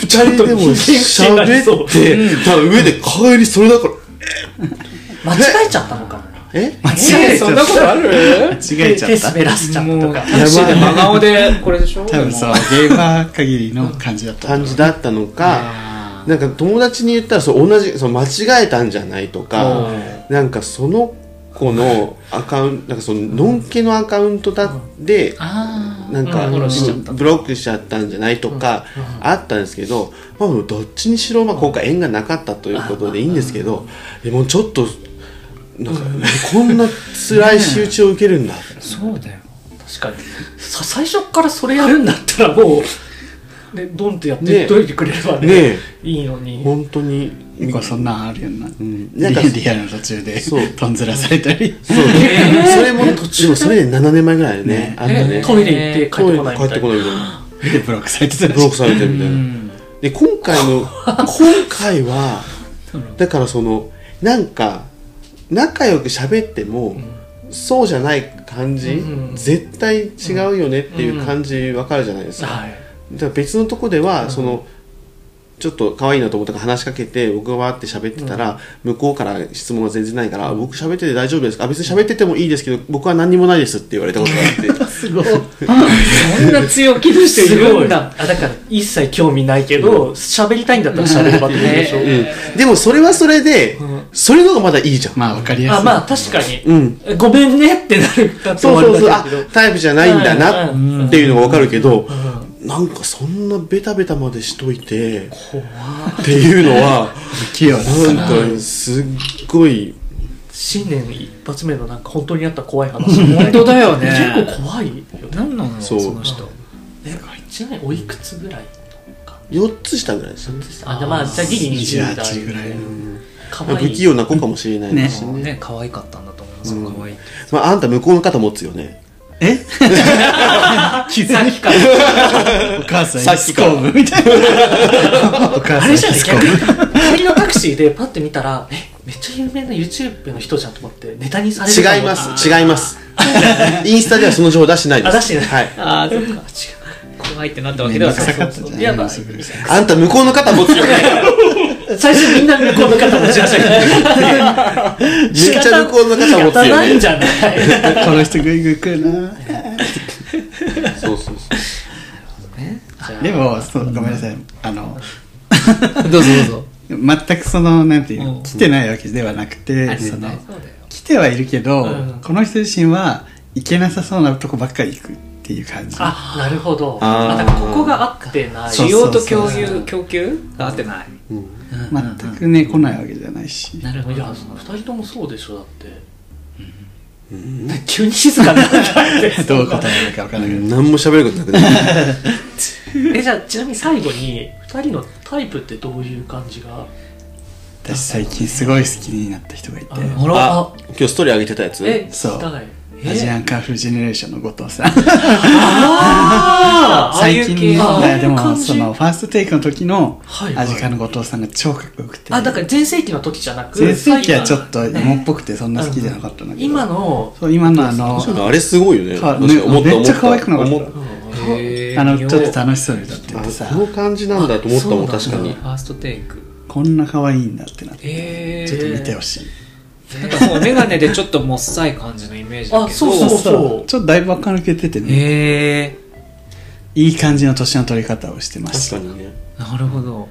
C: 二人でも喋って、ただ上で帰りそれだから、
B: 間違えちゃったのかな
C: え
D: あ。間違えちゃった。
E: とある
D: 間違えちゃ
B: 手
D: った。
B: 滑らせちゃったとか
E: タクシーで真顔で、これでしょ
D: 多分そう、ゲーバー限りの感じだった。
C: 感じだったのか、なんか友達に言ったらそう同じその間違えたんじゃないとか、なんかその子のアカウント、なんかそののんけのアカウントだで、なんか、
B: うんフォローしちゃっ
C: ブロックしちゃったんじゃないとか、あったんですけど、まあ、どっちにしろ、まあ、今回縁がなかったということでいいんですけど、でもちょっと、なんか、こんな辛い仕打ちを受けるんだ。
E: そうだよ。
B: 確かにさ最初からそれやるんだったらもうでドンってやって
C: ね
B: どいてくれればね
C: ね
B: いいのに
C: 本当に。
D: 結構そんなんあるよな。
C: ん
D: リ
C: なんか
D: リアルの途中で
C: そう、
D: とんずらされたり。
C: そう。それも、でもそれ7年前ぐらいだよね。あったね。
B: トイレ行って帰ってこない
C: 帰
B: み
C: ったて
B: い
C: こ
B: な
C: ないみたいな。
D: で、ブロックされてたり
C: ブロックされてるみたいな。で、今
B: (laughs)
C: 回の、今回は、だからその、なんか、仲良く喋っても、そうじゃない感
B: う
C: じ、
B: んうん
C: 絶対違うよねっていう感じわかるじゃないですか。
B: はい
C: だから別のとこでは、そのちょっと可愛いなと思ったから話しかけて僕がわーって喋ってたら、向こうから質問が全然ないから、僕喋ってて大丈夫ですかあ別に喋っててもいいですけど僕は何にもないですって言われたことがあ (laughs) って
E: そんな強気の人いるんだ。
B: あだから一切興味ないけど喋りたいんだったら喋ればってこと (laughs) でしょ、
C: うんでもそれはそれで、
B: ん
C: それの方がまだいいじゃん、
D: まあ、わかりやす
B: あ
D: い。
B: まあ確かに、
C: うん
B: ごめんねってなるだって終
C: そ
B: わ
C: う
B: る
C: そ
B: だ
C: う
B: け
C: そ
B: だ
C: うあ
B: けど
C: タイプじゃないんだ
B: う
C: なっていうのがわかるけど、なんかそんなベタベタまでしといてっていうのは
D: 器用だったな。
C: なんかすっごい
B: 新年一発目のなんか本当にあった怖い話
E: 本当だよね
B: 結構怖いよね
E: 何なの
C: そう
E: その人。
B: えちなみにおいくつぐらい
C: 4つ下ぐらいですよね
B: あじゃあまあじゃあギリ20
D: 28
B: 代
D: ぐらい。
B: か
C: まあ
B: わい
C: 不
B: い
C: 器用な子かもしれないですしね
E: ね、可愛かったんだと思います。可愛い。
C: まあ、あんた向こうの肩持つよね
D: え気づいた。お母さん、スコーブみたいな。お母
B: あ
D: さ
B: れ
D: ん、
B: じゃない
D: スコ
B: 逆
D: ー
B: に
D: ブ。
B: 帰りのタクシーでパッて見たらえめっちゃ有名な YouTube の人じゃんと思ってネタにされるかも
C: 違います違いますインスタではその情報出してないです
B: あ出してない
C: はい、
E: ああ、そっか。違う。怖いってなったわけでは
D: 臭かった
E: そ
D: じ
E: うそう
D: ゃん。
E: いやまあ
D: すぐ
C: あんた向こうの肩持つよね
B: 最初みんな向こうの肩持ちましたけど
C: めっちゃ向こうの肩持つ
B: 仕方
C: よ
B: ないん
C: ね
B: じゃない
D: この人グイグイ来るな。
C: そうそうそう
D: でも、そうごめんなさい。あの、
E: どうぞどうぞ。
D: 全くその、なんていう
E: う
D: の、
E: ん
D: 来てないわけではなくて、その、
E: そうだよ。
D: 来てはいるけど、
B: ん
D: この人自身は行けなさそうなとこばっかり行くっていう感じ。
B: あなるほど
C: あー
B: あだからここが合ってない
D: そう
E: 需
D: そう
E: 要と供給、供給が合ってない。
D: 全くね、来ないわけじゃないし。
E: なる
B: いや二人ともそうでしょだって、急に静かになったって
D: どう答えるかわからないけど。
C: 何も喋ることなくなる
B: えじゃあちなみに最後に二人のタイプってどういう感じが
D: 私最近すごい好きになった人がいて
B: あら
C: あ今日ストーリー上げてたやつ
B: え、
D: そう
B: 聞かないえ
D: アジアンカンフージェネレーションの後藤さん
B: あーああい
D: 最
B: う
D: 近
B: 系
D: の
B: あ
D: い
B: あい
D: や
B: う
D: でも
B: 感じ
D: そのファーストテイクの時の
B: はいはい
D: アジカンの後藤さんが超かっこよくて
B: あだから全盛期の時じゃなく
D: 全盛期はちょっ
B: 最
D: と芋っぽくてそんな好きじゃなかったんだ
B: 後
D: けど
B: 今の
D: そう今のあの
C: そういうのあれすごいよね。
D: か
C: 確かに思った
D: めっちゃ可愛くなかった
C: 思った
D: あのちょっと楽しそうに歌って
C: あ
D: てさ
C: この感じなんだと思ったも
B: そう
C: ん、確
B: な
C: か
B: んだ
C: に
B: フ。ァーストテイク
D: こんな可愛いんだってなって
E: え
D: ちょっと見てほしい
E: なんかもう眼鏡でちょっともっさい感じのイメージだけど
B: あそうそうそう
D: ちょっとだいぶ垢抜けててね
E: へえ
D: いい感じの年の取り方をしてまし
C: 確
D: た
C: かにね。
E: なるほど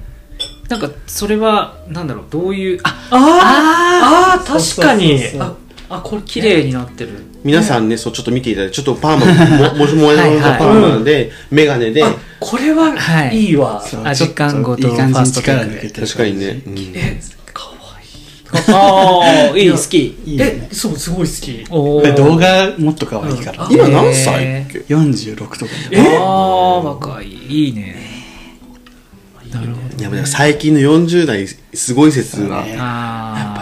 E: なんかそれはなんだろうどういうあ
B: あーあー
E: そ
B: 確
E: うそうそう
B: かに
E: そう
B: ああこれ
E: 綺
B: 綺麗
E: 麗になってる
C: 皆さんね、そう、ちょっと見ていただいて、ちょっとパーマ、も、もしもやのパーマで、メガネで、
B: あこれは
E: はい
B: いいわ
D: そう
E: アジカン後藤
D: ちょっといい感じ
E: ファー
D: に
E: ストテイ
D: 力
E: クで
D: 抜けてる
C: 確かにね。うん
B: えかわ
E: ああいい好き
D: い
B: い
D: い
B: い
D: よ
B: え
D: ね
B: そうすごい好き
E: お
D: で動画もっと可愛いから
C: 今何歳っけ
D: 46とかで
E: えああ若いいいねなるほ
C: いや、でも最近の40代、すごい説は。
D: そう
E: ど
D: ね
C: やっぱ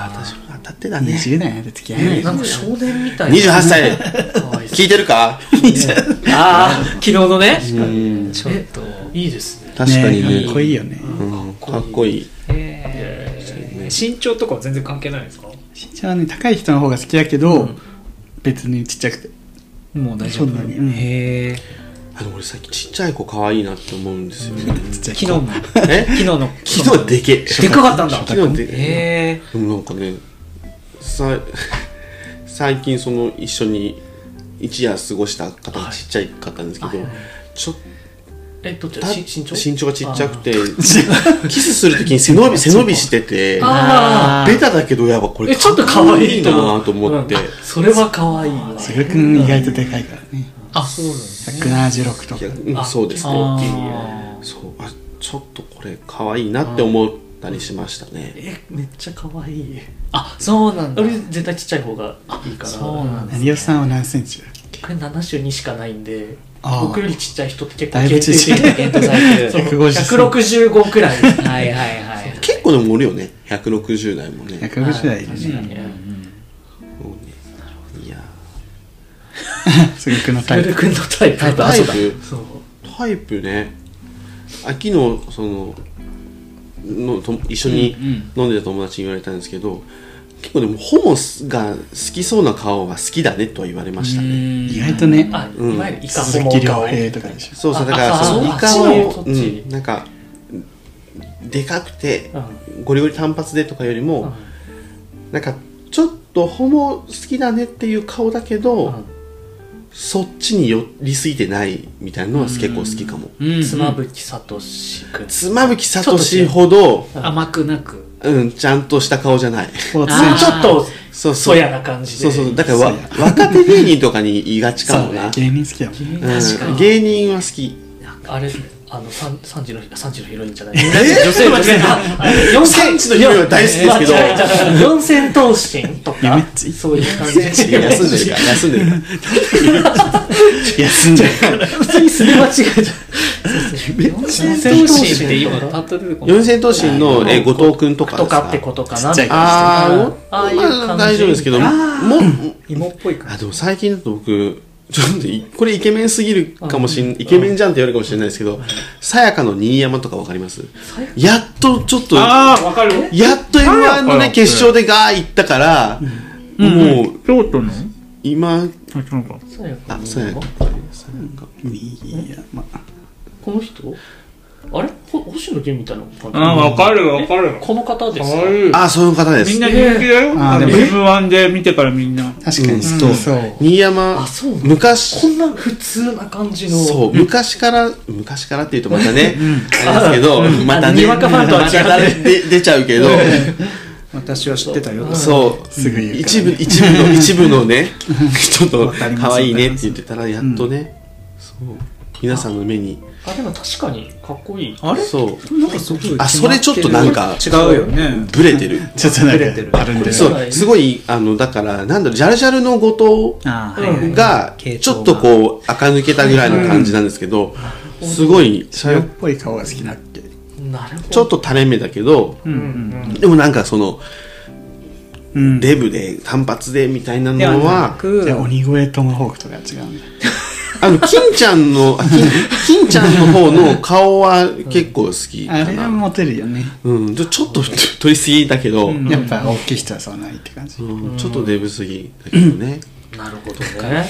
E: あ
C: 私も当たってたね。
D: 20代で付き合えない
B: なんか少年みたい
C: 28歳
B: かわいい
C: 聞いてるか
E: ーあー昨日のね
C: うん
E: ちょっと
B: いいですね
C: 確かにね。
D: かっこいいよね
C: うんかっこいい。
E: へー身長とかは全然関係ないですか
D: 身長はね高い人の方が好きだけど別にちっちゃくて
E: もう大丈夫
D: そんなにうん
E: へえ
C: あの、俺最近ちっちゃい子可愛いなって思うんですよね。
D: ちっちゃい
E: 昨日も
C: え
E: 昨日の
C: 昨日でけえ。
E: でっかかったんだ
C: 昨日でえ。
E: へえ
C: でもなんかね、さ、最近その一緒に一夜過ごした方がちっちゃい方なんですけど、ちょっ
B: えどっち
C: と
B: だし身長
C: 身長がちっちゃくて、 (laughs) キスするときに背
B: (laughs)
C: 伸び、背伸びしてて、
B: あ
C: ベタだけどやっぱこ
B: ー
C: れ
B: えちょっとかわいい
C: かっこなと思って
B: うん。それはかわいいわ
D: すぐくん意外とでかいからね
E: あそうなんです
D: 176と
C: いや
D: か
C: うん、そうですね。
E: あ
C: そうあちょっとこれ可愛いなって思ったりしましたね
B: えめっちゃかわいい
E: あそうなんだ
B: 俺絶対ちっちゃい方がいいから
E: そうなんだ
D: 成尾さんは何センチだっけ
B: これ72しかないんで
D: あー
B: 僕よりちっちゃい人って結構
D: だいぶ
B: 限
D: ち
B: 定
D: っちゃい
B: 的
E: 限定さ
C: (laughs)
E: れてる
D: 150センチ
B: 165くら
E: (laughs)
B: い
E: はいはいはい
C: 結構でもおるよね160代もね
D: 150代で
B: 確か
D: ね
B: にね
C: もうねいや
D: すぐくんの
B: プ
D: タイ
B: ール
D: プ
B: 君のタイプ
C: タイ
B: だ
C: プ
B: そう
C: タイプねあ昨日そののと一緒に飲んでた友達に言われたんですけど、結構でもホモが好きそうな顔が好きだねとは言われましたね
D: 意外とね
B: あ
C: うん
B: いわゆるイカ
D: 鈴
B: ホ
D: 木
B: モ
D: 亮
B: 顔
D: 平とかでしょ
C: そうそう
B: あ
C: だから
B: あ
C: そのイ
B: あ
C: カ
B: そ
C: を
B: っ、ち
C: う
B: のそっち
C: ん、なんかでかくて
B: うん
C: ゴリゴリ単発でとかよりも、
B: うん
C: なんかちょっとホモ好きだねっていう顔だけど、そっちに寄りすぎてないみたいなのは結構好きかも、
E: うん
B: 妻夫木聡君
C: 妻夫木聡ほど
E: 甘くなく
C: うんちゃんとした顔じゃない
D: スポーツ
E: あ
D: 選
E: ー
B: ちょっと
C: そ
B: そ
C: うそう
B: やな感じ
C: そ
B: で
C: うそうだからわ若手芸人とかに言いがち
D: 手
C: か
D: そ
C: も
D: う
C: な、
D: ね芸人好きだもんね
E: 確か
C: うん、
E: に
C: 芸人は好き
B: あれあの三三時の三時のヒロインじゃない
E: 女性女性
B: 四
C: 3時のヒロインは大好きですけど
B: 四千頭身と
D: やめ
B: か
D: っち
B: そういう感じで
C: いや休んでるから休んでるから
D: 休んでるから
B: 普通にすれ間違えちゃ
E: 四千頭身って今パッと出てこない
C: 四千頭身のえ後藤君と
B: う
C: か
B: と
C: です
B: かってことかな
D: ちっちゃい
C: あー
B: ああいう感じ
C: まあ大丈夫ですけどもも
E: 芋っぽい感
C: あでも最近だと僕ちょっといこれイケメンすぎるかもしんイケメンじゃんって言われるかもしれないですけどさやかの新山とかわかりますやっとちょっとや
D: あわかる
C: っと m 1のね決勝でガー行ったからもう
D: 京都の
C: 今
B: そうや
C: あさやかさやか
D: いやまあ
B: この人あれほ星野源みたいな感じ
F: あ、わかるわかる。
B: この方です
F: か
B: か
F: わいい。
C: あそういう方です
F: みんな人気だよ。
D: あ
F: あ
D: で
F: の、
D: も
F: M1 で見てからみんな。
D: 確かに
C: そう
D: そう
C: 新山
B: あそうなんだ
C: 昔
B: こんな普通な感じの
C: そう、昔から、昔からって言うとまたね、あれですけど、またね、
B: にわかファンとは違って
C: またねで出ちゃうけど、
E: 私は知ってたよ
C: そう、
D: すぐ言うから
C: 一部、一部の、一部のね、ちょっと
D: わかります
C: 可愛いねって言ってたら、やっとね、そう、皆さんの目に、
B: あでも確かにかっこいい
E: あれ
C: そう、
E: なんかすごい
C: あそれちょっとなんか
E: 違うよね
C: ブレてる。
D: ちょっとなんかあるんだよ
C: そう、すごい、あの、だから、なんだろう、ジャルジャルの後
E: あーはいはい
C: 藤が、
E: 系統が
C: ちょっとこう、垢抜けたぐらいの感じなんですけど、すごい、
D: 塩っぽい顔が好きだっけ
B: ななるほど
C: ちょっと垂れ目だけど、
B: うんうん
C: でもなんかその
D: うん
C: デブで単発でみたいなの
A: ではな
C: は
A: く
D: じゃあ鬼越トマホークとか違うんだ
C: あの金ちゃんのあ金金ちゃんの方の顔は結構好き
D: あ
C: か
D: れは
C: な、
D: モテるよね
C: うん、ちょちょっと取りすぎだけど、うん
D: やっぱ大きい人はそうないって感じ (laughs) ちょ
C: ちょっとデブすぎだけどね
B: なるほどね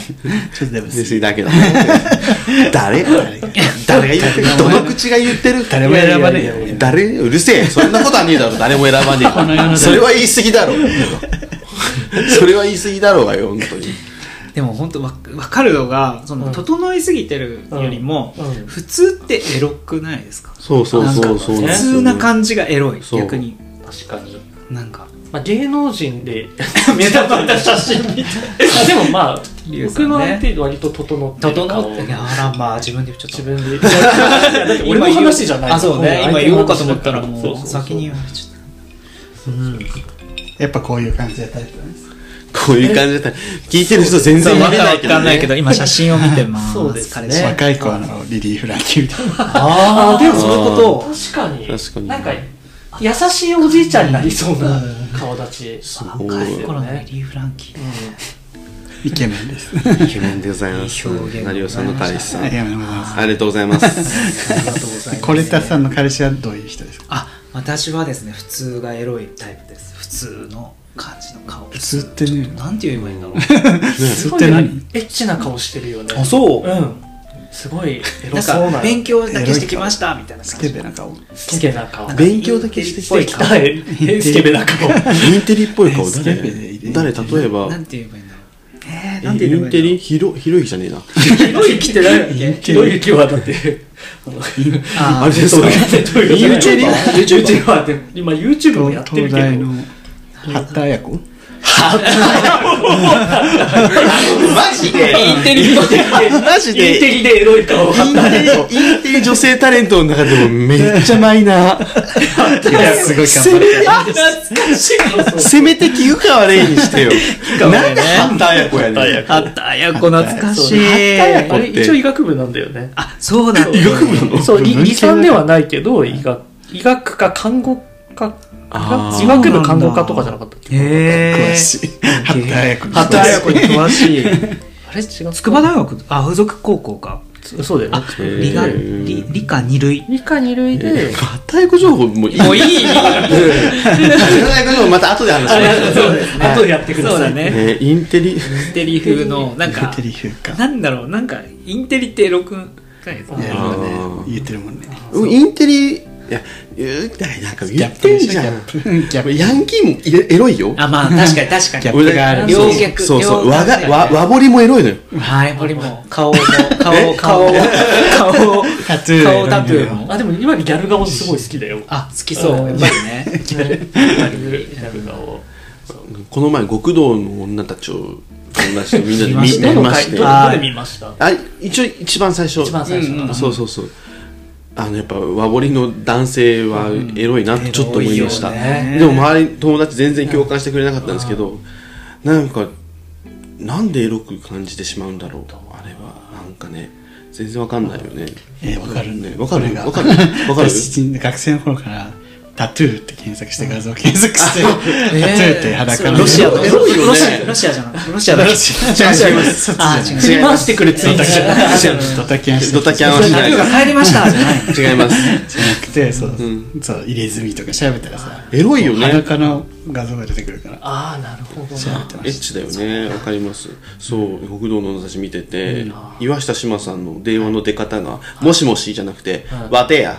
D: っとデブ
C: デブ
D: す
C: す
D: ぎ
C: ぎだけどね誰誰が言ってるどの口が言ってる
D: 誰も選ばねえよ
C: 誰うるせえそんなことはねえだろ誰も選ばね
D: の世の
C: え
D: 誰
C: わそれは言い過ぎだろそれは言い過ぎだろうがよ本当に
A: でも本当わ分かるのがその整いすぎてるよりも、
B: うんうん
A: 普通ってエロくないですか
C: そうそうそうそう
B: なんか
A: 普通な感じがエロい
C: そう
A: 逆に
B: 確かに、
A: なんか
B: まあ、芸能人で (laughs)
A: 目立った写真みたい
B: あでもまあ、
A: リュウさんね
B: 僕の相手割と整ってる顔
A: 整ってねあらまあ自分で言っち
B: 自
A: ゃっ
B: 分でいやだって
A: た
B: 俺の話じゃない
A: あそうね今言おうかと思ったらも
B: そうそう
A: う
B: そう
A: 先に言われちゃっ
D: やっぱこういう感じでタイプだね
C: こういう感じだった聞いてる人全然
A: た
C: 見れないけど、ね、
A: ど今写真を見てま
B: そうですね
A: 彼氏
D: (laughs) 若い子はあのリリー・フランキーみたいな
A: ああでもそういうこと
B: 確かに
C: 確かに
B: なんか優しいおじいちゃんになりそうな顔立ち
C: すご
A: 若
C: い
A: い頃のリリー・フランキー
D: イケメン (laughs) です
C: イケメンでございます
A: いい表現
C: 成尾さんの彼氏さん
D: ありがとうございます
C: ありがとうございます
A: ありがとうございます
D: コレタさんの彼氏はどういう人ですか
A: あ私はですね普通がエロいタイプです普通の感じの顔普
D: 通ってね
A: なんて言えばいいんだろう
D: 普通って何
B: エッチな顔してるよね
A: そう
B: うんすごいエロ
A: なん
B: そう
A: か
B: な
A: 勉強だけしてきましたみたいな
D: ス
A: 感
D: ケ
A: じ
D: ベな顔
B: スケな顔
C: 勉強だけしてきて
A: インテリっぽい顔
B: たいスケベな顔
C: インテリっぽい顔
D: ス
C: 誰
D: ケベでいいね
C: 誰例えば
A: なんて言えばいいんだろうえー、なんて言えばいい
C: イン
A: んだ
C: テ
A: ろう
C: リ広広いじゃねえな
B: (laughs) ひろゆきって誰だっけひろゆきはだってあの
A: あー
C: あれですか
B: ユーチューバーユーチューバーって今 YouTube もやってる
D: 東
B: けど
D: 大の八田綾子
C: マジで
B: インテリ
C: マジで
B: インテリでエロい顔を張
C: イン
B: った
C: テリインテリ女性タレントの中でもめっちゃマイナー
D: (laughs) いやすごい頑張って
B: 懐かしい
C: せめて菊川レイにしてよなんでハンターや子やねん
A: あったやこ懐かしい
B: あれ一応医学部なんだよね
A: あそうなんだ
B: (laughs) そう理理算ではないけど医学医学か看護科
C: あー
B: 医学部看護科とかじゃなかったっけ
A: へ
D: 詳
A: え
D: しい八田綾子に
A: 八田綾子に詳しい
B: あれ違う
A: 筑波大学あ附属高校か
B: そうだよね
A: あ理科
C: へー
A: 理理科二類
B: 理科二類で
C: ハンターや子情報もういいハ
A: (laughs)
C: ン
A: いい
C: ターや子情報また後で話します
B: あとやってくだ
A: そう
B: さ
A: だ
B: い
A: ね
C: えーインテリ
A: インテリ風のなん
D: イン
A: か
D: テリ風か
A: なんだろうなんかインテリって6かいです
D: い
A: ね
D: やなんかね
C: あー
D: 言ってるもんね
C: うんインテリいや言うなんか言ってんじゃん
D: ギャップでしょギャップギャップ
C: ヤンキーもいれエロいよ
A: あまあ確かに確かに
D: ギャップがある
A: 俺両脚
C: そうそうそう
A: 両
C: 和
A: 脚
C: が和和彫りもエロいのよ
A: はい、これも顔も顔顔を顔を
D: タトゥーの色
A: 顔タトゥーも
B: あでも今ギャル顔すごい好きだよ
A: あ好きそうやっぱりね
B: ギャルギャル顔
C: この前極道の女たちを女たちをみんなで
A: 見まし
C: 見
A: たね
C: 見まして
B: どどれ見ました
C: あ一応一番最初
B: 一番最初
C: うんそうそうそうあのやっぱ和彫りの男性はエロいなってちょっと思いまし
A: エ
C: た、
A: ロいよね
C: でも周り友達全然共感してくれなかったんですけど、なんかなんでエロく感じてしまうんだろうあれはなんかね全然わかんないよね
D: えーわかるんだ
C: ね
D: よ
C: わかる
D: これが
C: わかるわかる
D: 私学生の頃からタトゥーって検索して画像検索してタトゥーって裸の
A: ロシアの
C: エロいよね
A: ロシアロシアじゃなくてロシアだ
D: ロシア
A: 違いま
D: そ
A: す
D: っちじゃない
A: あ違います
B: 振り回してくるツイートじゃない
D: ドタキャンして
C: ドタキャンはし
A: タ
C: な
A: ト
C: い
A: ゥーが入りましたじゃない
C: 違います
D: (laughs) じゃなくてそう,、そう入れ墨とか調べたらさ
C: エロいよね
D: 裸の画像が出てくるから
B: ああなるほど
D: 調べ
B: な
D: てま
C: エッ
D: し
C: チだよねわかりますそう北道の女たち見てて、岩下志麻さんの電話の出方が「もしもし」じゃなくて「わてや」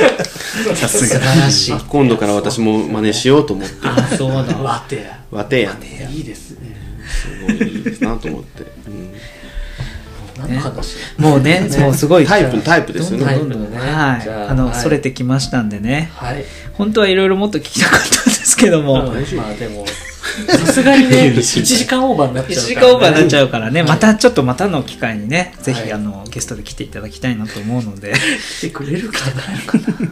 D: たさす
A: 素
D: が
A: 晴らしい
C: あ今度から私も真似しようと思って
A: あそうだ
B: わてや
C: 「わてや」
B: いいですね
C: すごいいいですなと思って、うん
B: 何の話
A: もうねもうすごい
C: タイプタイプですよ
B: どんなタイ
C: ね
B: プのね
A: はい
B: じゃ
A: あのそれ
B: はい
A: てきましたんでね
B: はい
A: 本当はいろいろもっと聞きたかったんですけども
B: うんまあでもさすがにね、1時間オーバーになっちゃうから、
E: 1時間オーバーになっち
B: ゃ
E: ゃうからね、またちょっとまたの機会にね、ぜ
B: は
E: ひ
B: い
E: あのゲストで来ていただきたいなと思うので、 (laughs)
B: う。来てくれるかなかな大丈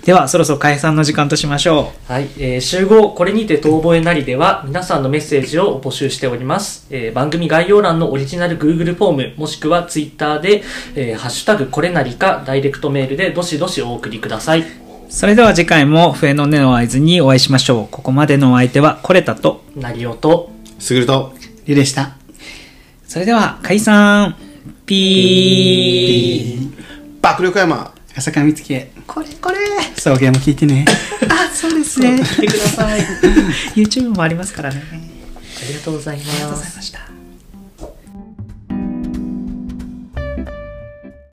B: 夫。
E: ではそろそろ解散の時間としましょ
B: はい、えー集合これにて遠吠えなりでは皆さんのメッセージを募集しております、えー番組概要欄のオリジナル Google フォームもしくは Twitter で、えーハッシュタグこれなりかダイレクトメールでどしどしお送りくださ
E: (laughs)
B: い」
E: それでは次回も笛の音の合図にお会いしましょうここまでのお相手はコレタと
B: なりおと
C: すぐると
D: ゆでした。
E: それでは解散ピー
C: 爆力山
D: 朝倉美月。これこれ。送迎も聞いてね。
E: あそうですね来てください (laughs) YouTube もありますからねあり
B: ありがとうございます
E: がとうございました